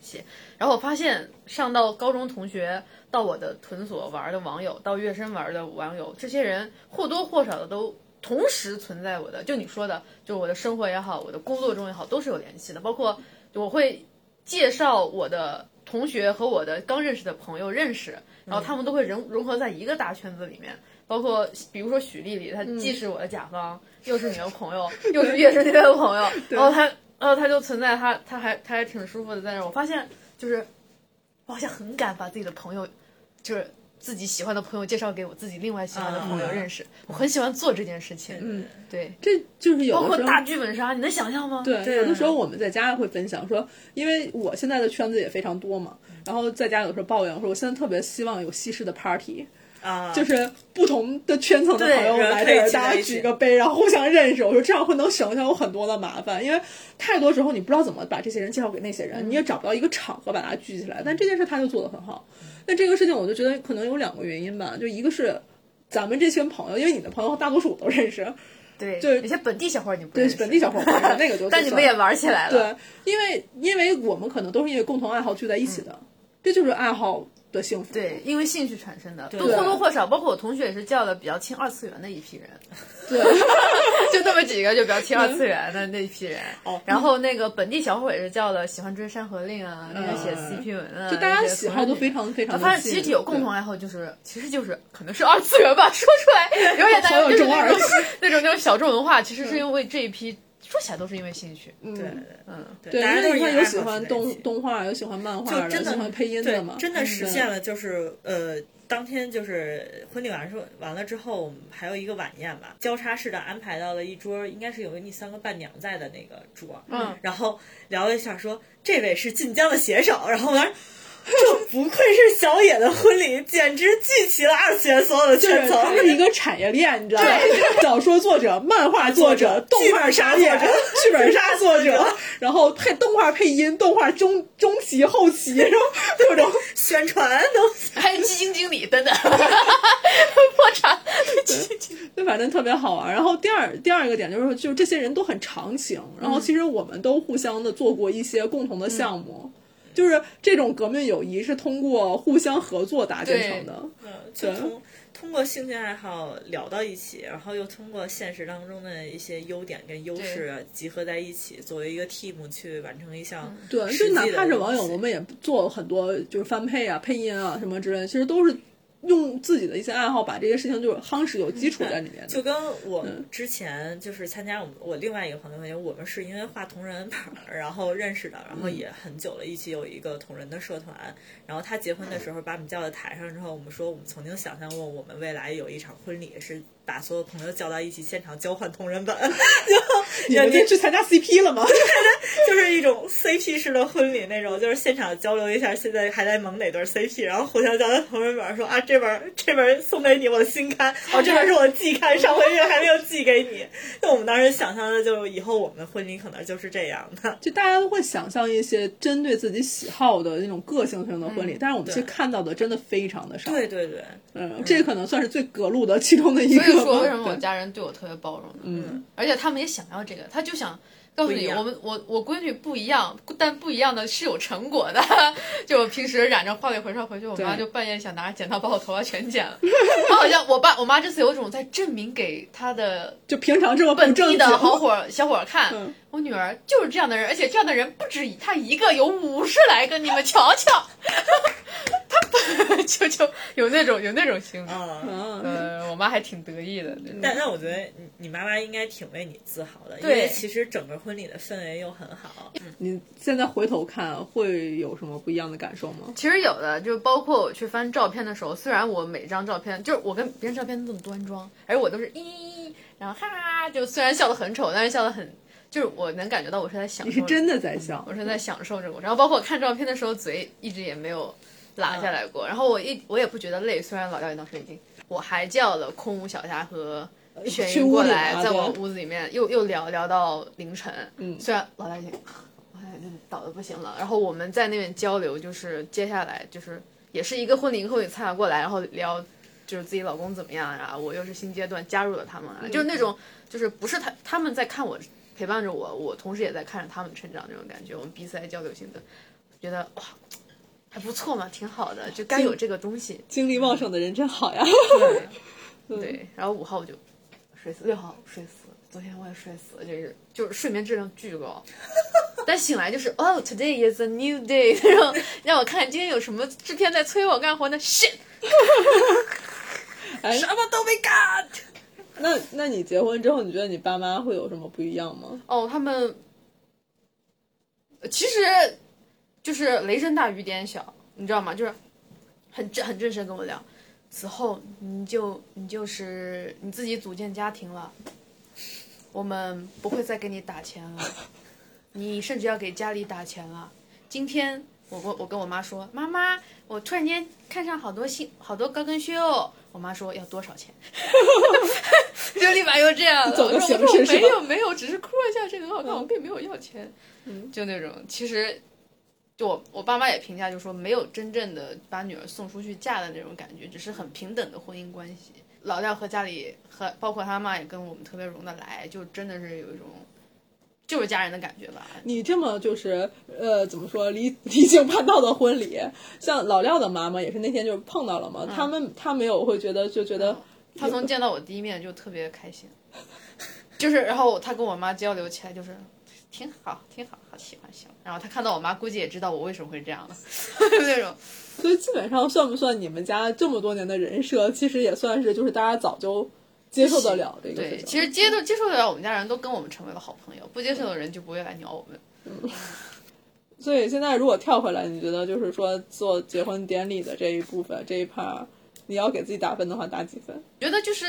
S4: 写。然后我发现上到高中同学，到我的屯所玩的网友，到月升玩的网友，这些人或多或少的都同时存在我的，就你说的，就我的生活也好，我的工作中也好，都是有联系的。包括我会介绍我的同学和我的刚认识的朋友认识，然后他们都会融融合在一个大圈子里面。包括比如说
S1: 嗯
S4: 许丽丽，她既是我的甲方，又是你的朋友，又是月升的朋友，然后她然后他就存在他他还他还挺舒服的在那儿。我发现就是我好像很敢把自己的朋友，就是自己喜欢的朋友介绍给我自己另外喜欢的朋友
S1: 嗯
S4: 认识，我很喜欢做这件事情。
S1: 嗯，
S4: 对，
S2: 这就是有
S4: 包
S2: 的
S4: 括
S2: 时候
S4: 大剧本杀，你能想象吗？
S2: 对，有的时候我们在家会分享说，因为我现在的圈子也非常多嘛，然后在家有时候抱怨，我说我现在特别希望有西式的 party，
S1: 啊，
S2: 就是不同的圈层的
S4: 对
S2: 朋友
S1: 然后
S2: 来
S1: 可
S2: 这
S1: 以
S2: 儿，
S1: 聚在
S2: 大家
S1: 一起
S2: 举个杯，然后互相认识。我说这样会能省下我很多的麻烦，因为太多时候你不知道怎么把这些人介绍给那些人，你也找不到一个场合把大家聚起来。但这件事他就做得很好。那这个事情我就觉得可能有两个原因吧，就一个是咱们这群朋友，因为你的朋友大多数我都认识，
S4: 对，
S2: 就是
S4: 有些本地小伙儿你不
S2: 对
S4: 认识，
S2: 本地小伙伴儿那个就
S4: 但你们也玩起来了。
S2: 对，因为因为我们可能都是因为共同爱好聚在一起的，
S1: 嗯
S2: 这就是爱好的幸福。
S4: 对，因为兴趣产生的，都
S1: 对
S4: 或多或少，包括我同学也是叫的比较亲二次元的一 批人，
S2: 对，
S4: 就那么几个就比较亲二次元的那一批人。
S2: 哦
S4: 然后那个本地小伙也是叫的喜欢追《山河令》啊，那个写 CP 文啊，
S2: 嗯就大家
S4: 那些
S2: 喜 好都非
S4: 同人
S2: 常非
S4: 啊。
S2: 常。
S4: 发现其实有共同。爱好，就是其实就是可能是二次元吧， 说出 来有点大
S2: 好
S4: 家
S2: 有
S4: 就是
S2: 中
S4: 那
S2: 二
S4: 种 那种那种小众文化，其实是因为这一批说起来都是因为兴趣。
S2: 对
S1: 对
S2: 嗯，
S4: 嗯，
S1: 对，
S2: 对，
S1: 大家
S2: 因
S1: 都
S2: 为
S1: 是
S2: 你看
S1: 因为
S2: 有
S1: 爱
S2: 喜
S1: 好
S2: 欢
S1: 聚在一
S2: 动
S1: 起
S2: 动画，有喜欢漫画
S1: 就
S2: 的，
S1: 真
S2: 有喜欢
S1: 的
S2: 配音
S1: 对
S2: 的嘛，，
S1: 真的实
S2: 嗯
S1: 现了，就是呃，当天就是婚礼完事完了之后，我们还有一个晚宴吧，交叉式的安排到了一桌，应该是有你三个伴娘在的那个桌，
S4: 嗯
S1: 然后聊了一下说这位是晋江的写手，然后我 当时。这不愧是小野的婚礼，简直聚齐了二次元所有的
S2: 就
S1: 圈
S2: 是
S1: 层。
S2: 它是一个产业链，你知道吗？ 小说作者、漫画作者、动
S1: 剧
S2: 画
S1: 本杀
S2: 产业
S1: 作者、
S2: 剧本杀 作者，然后配动画配音、动画中中期、后期，然后各种
S1: 宣传都
S4: 还有基金经理等等， 破 产。
S2: 对，反正特别好玩。然后第二第二个点就是，就是这些人都很长情，然
S1: 嗯
S2: 后其实我们都互相的做过一些共同的项目。
S1: 嗯
S2: 就是这种革命友谊是通过互相合作搭建成的，
S1: 嗯，就
S2: 啊
S1: 通通过兴趣爱好聊到一起，然后又通过现实当中的一些优点跟优势集合在一起，作为一个 team 去完成一项
S2: 嗯对，
S1: 实
S2: 就
S1: 际的
S2: 哪怕是
S1: 东
S2: 网友，
S1: 西
S2: 我们也做很多就是翻配啊、配音啊什么之类的，其实都是用自己的一些爱好把这些事情就是夯实有基础在里面
S1: 就
S2: 的。
S1: 跟我
S2: 嗯
S1: 之前就是参加我们我另外一个朋友，因为我们是因为画同人本儿，然后认识的，然后也很久了，一起有一个同人的社团。然后他结
S2: 嗯
S1: 婚的时候把我们叫到台上之后，我们说我们曾经想象过，我们未来有一场婚礼是把所有朋友叫到一起，现场交换同人本，
S2: 你们
S1: 就
S2: 这去参加 CP 了吗？
S1: 就是一种 CP 式的婚礼那种，就是现场交流一下现在还在萌哪对 CP，然后互相交流同人本，说啊这本这本送给你我的新刊，哦这本是我的季刊，上回月还没有寄给你。那我们当时想象的就是以后我们的婚礼可能就是这样的，
S2: 就大家都会想象一些针对自己喜好的那种个性上的婚礼，但是我们其实
S1: 嗯对
S2: 看到的真的非常的少。
S1: 对对对，
S2: 嗯，这可能算是最隔路的其中的一个
S4: 所
S2: 吧。
S4: 以说，为什么我
S2: 对
S4: 家人对我特别包容呢？嗯，而且他们也想要这个，他就想告诉
S1: 不一
S4: 你，
S1: 样
S4: 我们我我闺女不一样，但不一样的是有成果的。 就我平时染着花里胡哨回去，我妈
S2: 对
S4: 就半夜想拿剪刀把我头发全剪了。 她好像我爸我妈这次有种在证明给她的
S2: 就平常这么不
S4: 本
S2: 正
S4: 地
S2: 经
S4: 的好伙儿小伙儿看
S2: 嗯，
S4: 我女儿就是这样的人，而且这样的人不止她一个，有五十来个，你们瞧瞧。 她就就有那种有那种心 理，
S1: 嗯。
S2: 嗯，
S4: 呃，我妈还挺得意的那种。
S1: 但但我觉得你你妈妈应该挺为你自豪的，因
S4: 对
S1: 为其实整个婚礼的氛围又很好。嗯
S2: 你现在回头看会有什么不一样的感受吗？
S4: 其实有的，就包括我去翻照片的时候，虽然我每张照片就是我跟别人照片都很端庄，而我都是咦，然后哈哈，就虽然笑得很丑，但是笑得很，就是我能感觉到我是在享
S2: 你
S4: 受，
S2: 是真的在笑
S4: 我，是在享受这个过程。然后包括我看照片的时候，嘴一直也没有拉下来过。然后我一我也不觉得累，虽然老廖也当时已经，我还叫了空无小霞和。眩
S2: 去
S4: 晕
S2: 屋
S4: 过
S2: 里
S4: 来，
S2: 啊
S4: 在
S2: 对
S4: 我屋子里面又又聊聊到凌晨。
S2: 嗯
S4: 虽然老廖已经倒的不行了。然后我们在那边交流，就是接下来就是也是一个婚礼一个婚礼参加过来，然后聊就是自己老公怎么样啊，我又是新阶段加入了他们啊，
S2: 嗯
S4: 就是那种就是不是他他们在看我陪伴着我，我同时也在看着他们成长那种感觉，我们彼此在交流心得，觉得哇。还不错嘛，挺好的，就该有这个东西。
S2: 精力旺盛的人真 好呀。
S4: 对，然后五号我就睡死，六号睡死，昨天我也睡死，就是就是睡眠质量巨高，但醒来就是哦，today is a new day，然 后让我看看今天有什么制片在催我干活呢？shit，
S2: 哎，
S1: 什么都没干，
S2: 那那你结婚之后，你觉得你爸妈会有什么不一样吗？
S4: 哦，他们其实就是雷声大雨点小，你知道吗？就是很正很正式地跟我聊，此后你就你就是你自己组建家庭了，我们不会再给你打钱了，你甚至要给家里打钱了。今天我我我跟我妈说，妈妈，我突然间看上好多新好多高跟靴哦。我妈说要多少钱， 就立马又这样了。
S2: 走个
S4: 我说
S2: 形式
S4: 我
S2: 是吧
S4: 没有没有，只是哭了一下，这个很好看，我并没有要钱。
S2: 嗯
S4: 就那种，其实就我我爸妈也评价，就说没有真正的把女儿送出去嫁的那种感觉，只是很平等的婚姻关系。老廖和家里和包括他妈也跟我们特别融得来，就真的是有一种就是家人的感觉吧。
S2: 你这么就是呃，怎么说 离离经叛道的婚礼，像老廖的妈妈也是那天就碰到了嘛，
S4: 嗯
S2: 他们他没有会觉得就觉得
S4: 他从见到我第一面就特别开心，就是然后他跟我妈交流起来就是。挺好，挺好，好喜欢，喜欢。然后他看到我妈，估计也知道我为什么会这样了， 就那种。
S2: 所以基本上算不算你们家这么多年的人设，其实也算是就是大家早就接受得了这个事
S4: 对，
S2: 情。
S4: 其实接受接受得了我们家人都跟我们成为了好朋友，不接受的人就不会来鸟我们。
S2: 所以现在如果跳回来，你觉得就是说做结婚典礼的这一部分这一 part，你要给自己打分的话，打几分？
S4: 觉得就是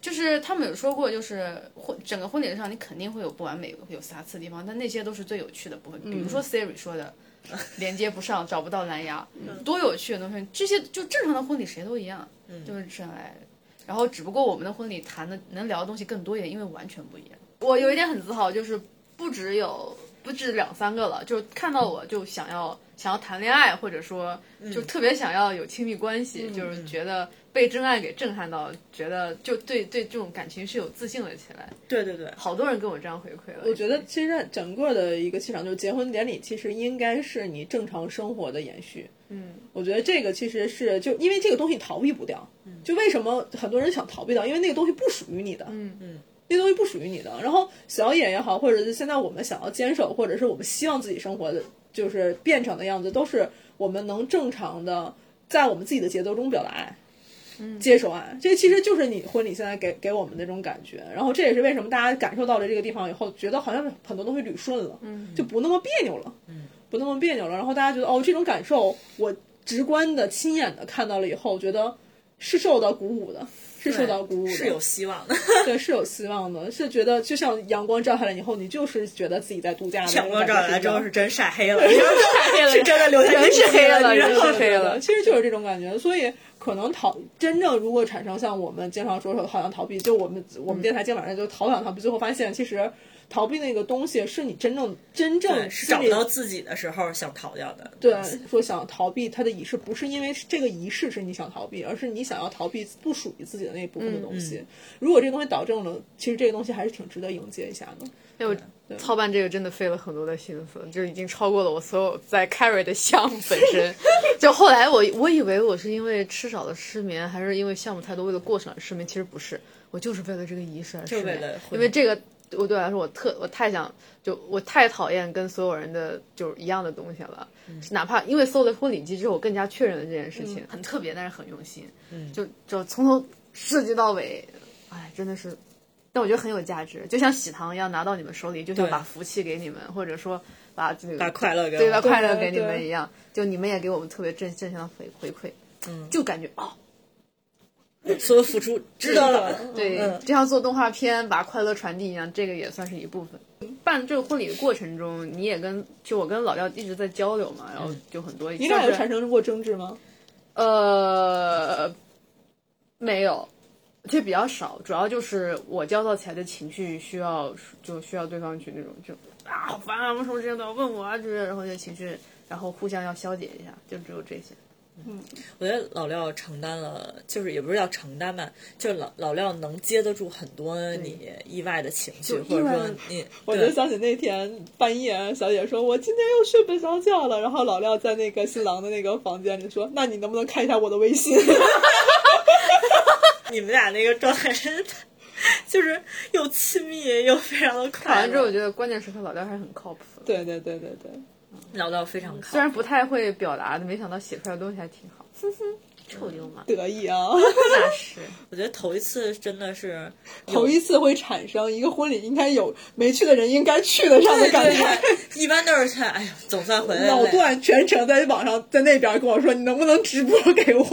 S4: 就是他们有说过，就是婚整个婚礼上你肯定会有不完美、有瑕疵的地方，但那些都是最有趣的部分。比如说 Siri 说的，连接不上，找不到蓝 牙，多有趣的东西！这些就正常的婚礼谁都一样，就是这样来。然后只不过我们的婚礼谈的能聊的东西更多一点，因为完全不一样。我有一点很自豪，就是不只有不止两三个了，就看到我就想要想要谈恋爱，或者说就特别想要有亲密关系，就是觉得被真爱给震撼到，觉得就对对这种感情是有自信了起来。
S1: 对对对，
S4: 好多人跟我这样回馈了，
S2: 我觉得其实整个的一个气场，就是结婚典礼，其实应该是你正常生活的延续。嗯，我觉得这个其实是就因为这个东西逃避不掉。
S4: 嗯
S2: 就为什么很多人想逃避掉，因为那个东西不属于你的。嗯
S1: 嗯，
S2: 那东西不属于你的。然后小野也好，或者是现在我们想要坚守，或者是我们希望自己生活的就是变成的样子，都是我们能正常的在我们自己的节奏中表达爱。接受爱，这其实就是你婚礼现在给给我们的那种感觉。然后这也是为什么大家感受到了这个地方以后，觉得好像很多东西捋顺了，嗯，就不那么别扭了，嗯，不那么别扭了。然后大家觉得哦，这种感受我直观的、亲眼的看到了以后，觉得是受到鼓舞的，是受到鼓舞的，
S1: 是有希望的，
S2: 对是有希望的，是觉得就像阳光照下来以后，你就是觉得自己在度假的那
S1: 阳
S2: 种
S1: 光
S2: 感
S1: 照
S2: 觉是一样的，啊
S1: 下来之后是真晒黑了， 是真的留下
S4: 人是黑了
S1: 然
S4: 人
S1: 后
S4: 是黑了
S2: 其实就是这种感觉。所以可能逃真正如果产生像我们经常说说好像逃避，就我们我
S1: 嗯
S2: 们电台今晚上就逃想逃避，最后发现其实逃避那个东西是你真正真正
S1: 对是哎找不到自己的时候想逃掉的。
S2: 对说想逃避它的仪式，不是因为这个仪式是你想逃避，而是你想要逃避不属于自己的那一部分的东
S1: 嗯
S2: 西。如果这个东西导正了，其实这个东西还是挺值得迎接一下的。
S4: 哎我操办这个真的费了很多的心思，就已经超过了我所有在 carry 的项目本 身。就后来我我以为我是因为吃少了失眠，还是因为项目太多为了过程而失眠，其实不是，我就是为了这个仪式而失
S1: 就为
S4: 眠
S1: 了。
S4: 因为这个我对我来说，我特我太想就我太讨厌跟所有人的就是一样的东西了，哪怕因为搜了婚礼机之后，我更加确认了这件事情，嗯很特别，但是很用心，就就从头设计到尾，哎，真的是但我觉得很有价值，就像喜糖一样拿到你们手里，就像
S1: 对
S4: 把福气给你们，或者说把这个
S1: 把快乐给我
S4: 对把
S1: 们
S4: 快乐给你
S2: 对
S4: 们
S2: 对
S4: 一样，就你们也给我们特别正正向的回回馈，嗯，就感觉哦，
S1: 所有付出值得了。
S4: 对，
S1: 嗯
S4: 就像做动画片把快乐传递一样，这个也算是一部分。办这个婚礼的过程中，你也跟就我跟老廖一直在交流嘛，然后就很多，
S2: 嗯你
S4: 你
S2: 俩有产生过争执吗？
S4: 呃，没有，这比较少，主要就是我焦躁起来的情绪需要就需要对方去那种就啊好烦啊，为什么这样都要问我啊之类的，然后这情绪，然后互相要消解一下，就只有这些。
S1: 我觉得老廖承担了，就是也不是要承担吧，就是老老廖能接得住很多你意外的情绪，
S4: 就
S1: 或者
S4: 意外
S1: 说
S4: 的
S1: 你
S2: 我就
S1: 对
S2: 想起那天半夜，小姐说：“我今天又睡不着觉了。”然后老廖在那个新郎的那个房间里说：“那你能不能看一下我的 微信
S1: 你们俩那个状态真的，就是又亲密又非常的
S4: 看
S1: 快
S4: 完之后，我
S1: 乐。
S4: 觉得关键时刻老廖还是很靠谱？”的，
S2: 对对对对对，
S1: 老廖非常靠谱
S4: 虽然不太会表达，但没想到写出来的东西还挺好。臭流 氓，
S2: 得意啊！
S4: 那是
S1: 我觉得头一次真的是
S2: 头一次会产生一个婚礼应该有没去的人应该去得上的
S1: 对
S2: 感
S1: 对
S2: 觉。
S1: 对，一般都是看，哎呀，总算回来 了。
S2: 老段全程在网上在那边跟我说：“你能不能直播给我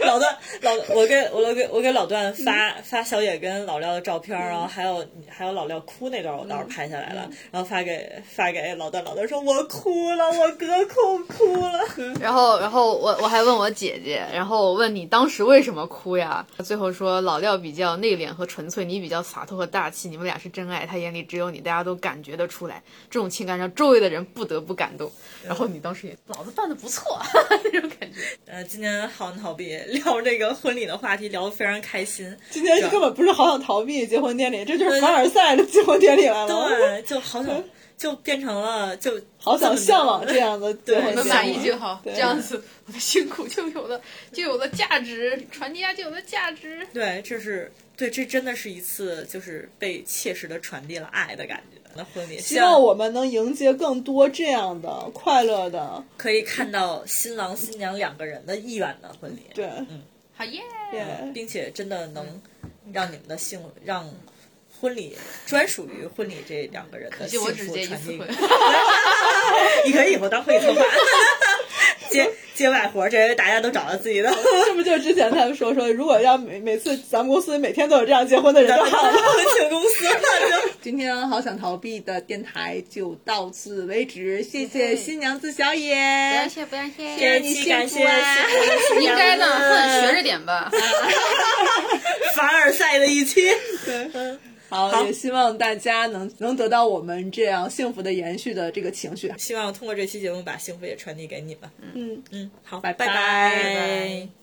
S1: 老段，老我给我给我给老段发
S2: 嗯
S1: 发小野跟老廖的照片，然后还有还有老廖哭那段，我
S2: 嗯
S1: 倒是拍下来了，然后发给发给老段，老段说我哭了，我隔空哭了。
S2: 嗯
S4: 然后，然后我我还问我姐姐，然后我问你当时为什么哭呀？最后说老廖比较内敛和纯粹，你比较洒脱和大气，你们俩是真爱，他眼里只有你，大家都感觉得出来。这种情感让周围的人不得不感动。然后你当时也老子办的不错，啊 那种感觉。
S1: 呃，今天好难逃避聊这个婚礼的话题，聊得非常开心。？”
S2: 今天根本不是好想逃避结婚典礼，这就是凡尔赛的结婚典礼来了。
S1: 对，就好想就变成了就
S2: 哦嗯好想向往这样的结
S1: 我们
S2: 婚典礼，
S1: 满意
S4: 好
S2: 对
S4: 子我的辛苦就有了就有了价值，传递下就有了价值。
S1: 对，这是对，这真的是一次就是被切实的传递了爱的感觉。那婚礼，
S2: 希望我们能迎接更多这样的快乐的，
S1: 可以看到新郎新娘两个人的意愿的婚礼，
S2: 对，
S4: 好耶！
S2: 耶
S1: 并且真的能让你们的幸让婚礼专属于婚礼这两个人的幸
S4: 就
S1: 福
S4: 我只结一
S1: 传
S4: 次
S1: 递
S4: 婚。
S1: 给。 你可以以后当婚礼策划，接接外活，这大家都找到自己的。
S2: 这不就是之前他们说说，如果要每每次咱们公司每天都有这样结婚的人
S1: 咱
S2: 就
S1: 们
S2: 好了。
S1: 婚庆公司了，
S2: 今天好想逃避的电台就到此为止，谢谢新娘子小野，
S4: 谢不要谢
S1: 这一期感谢幸福的新
S4: 应
S1: 娘
S4: 该的，
S1: 们
S4: 哼，学着点吧。
S1: 凡尔赛的一期。
S2: 好，也希望大家能能得到我们这样幸福的延续的这个情绪。
S1: 希望通过这期节目把幸福也传递给你们。
S2: 嗯，
S1: 嗯，好，
S2: 拜
S1: 拜
S2: 拜
S1: 拜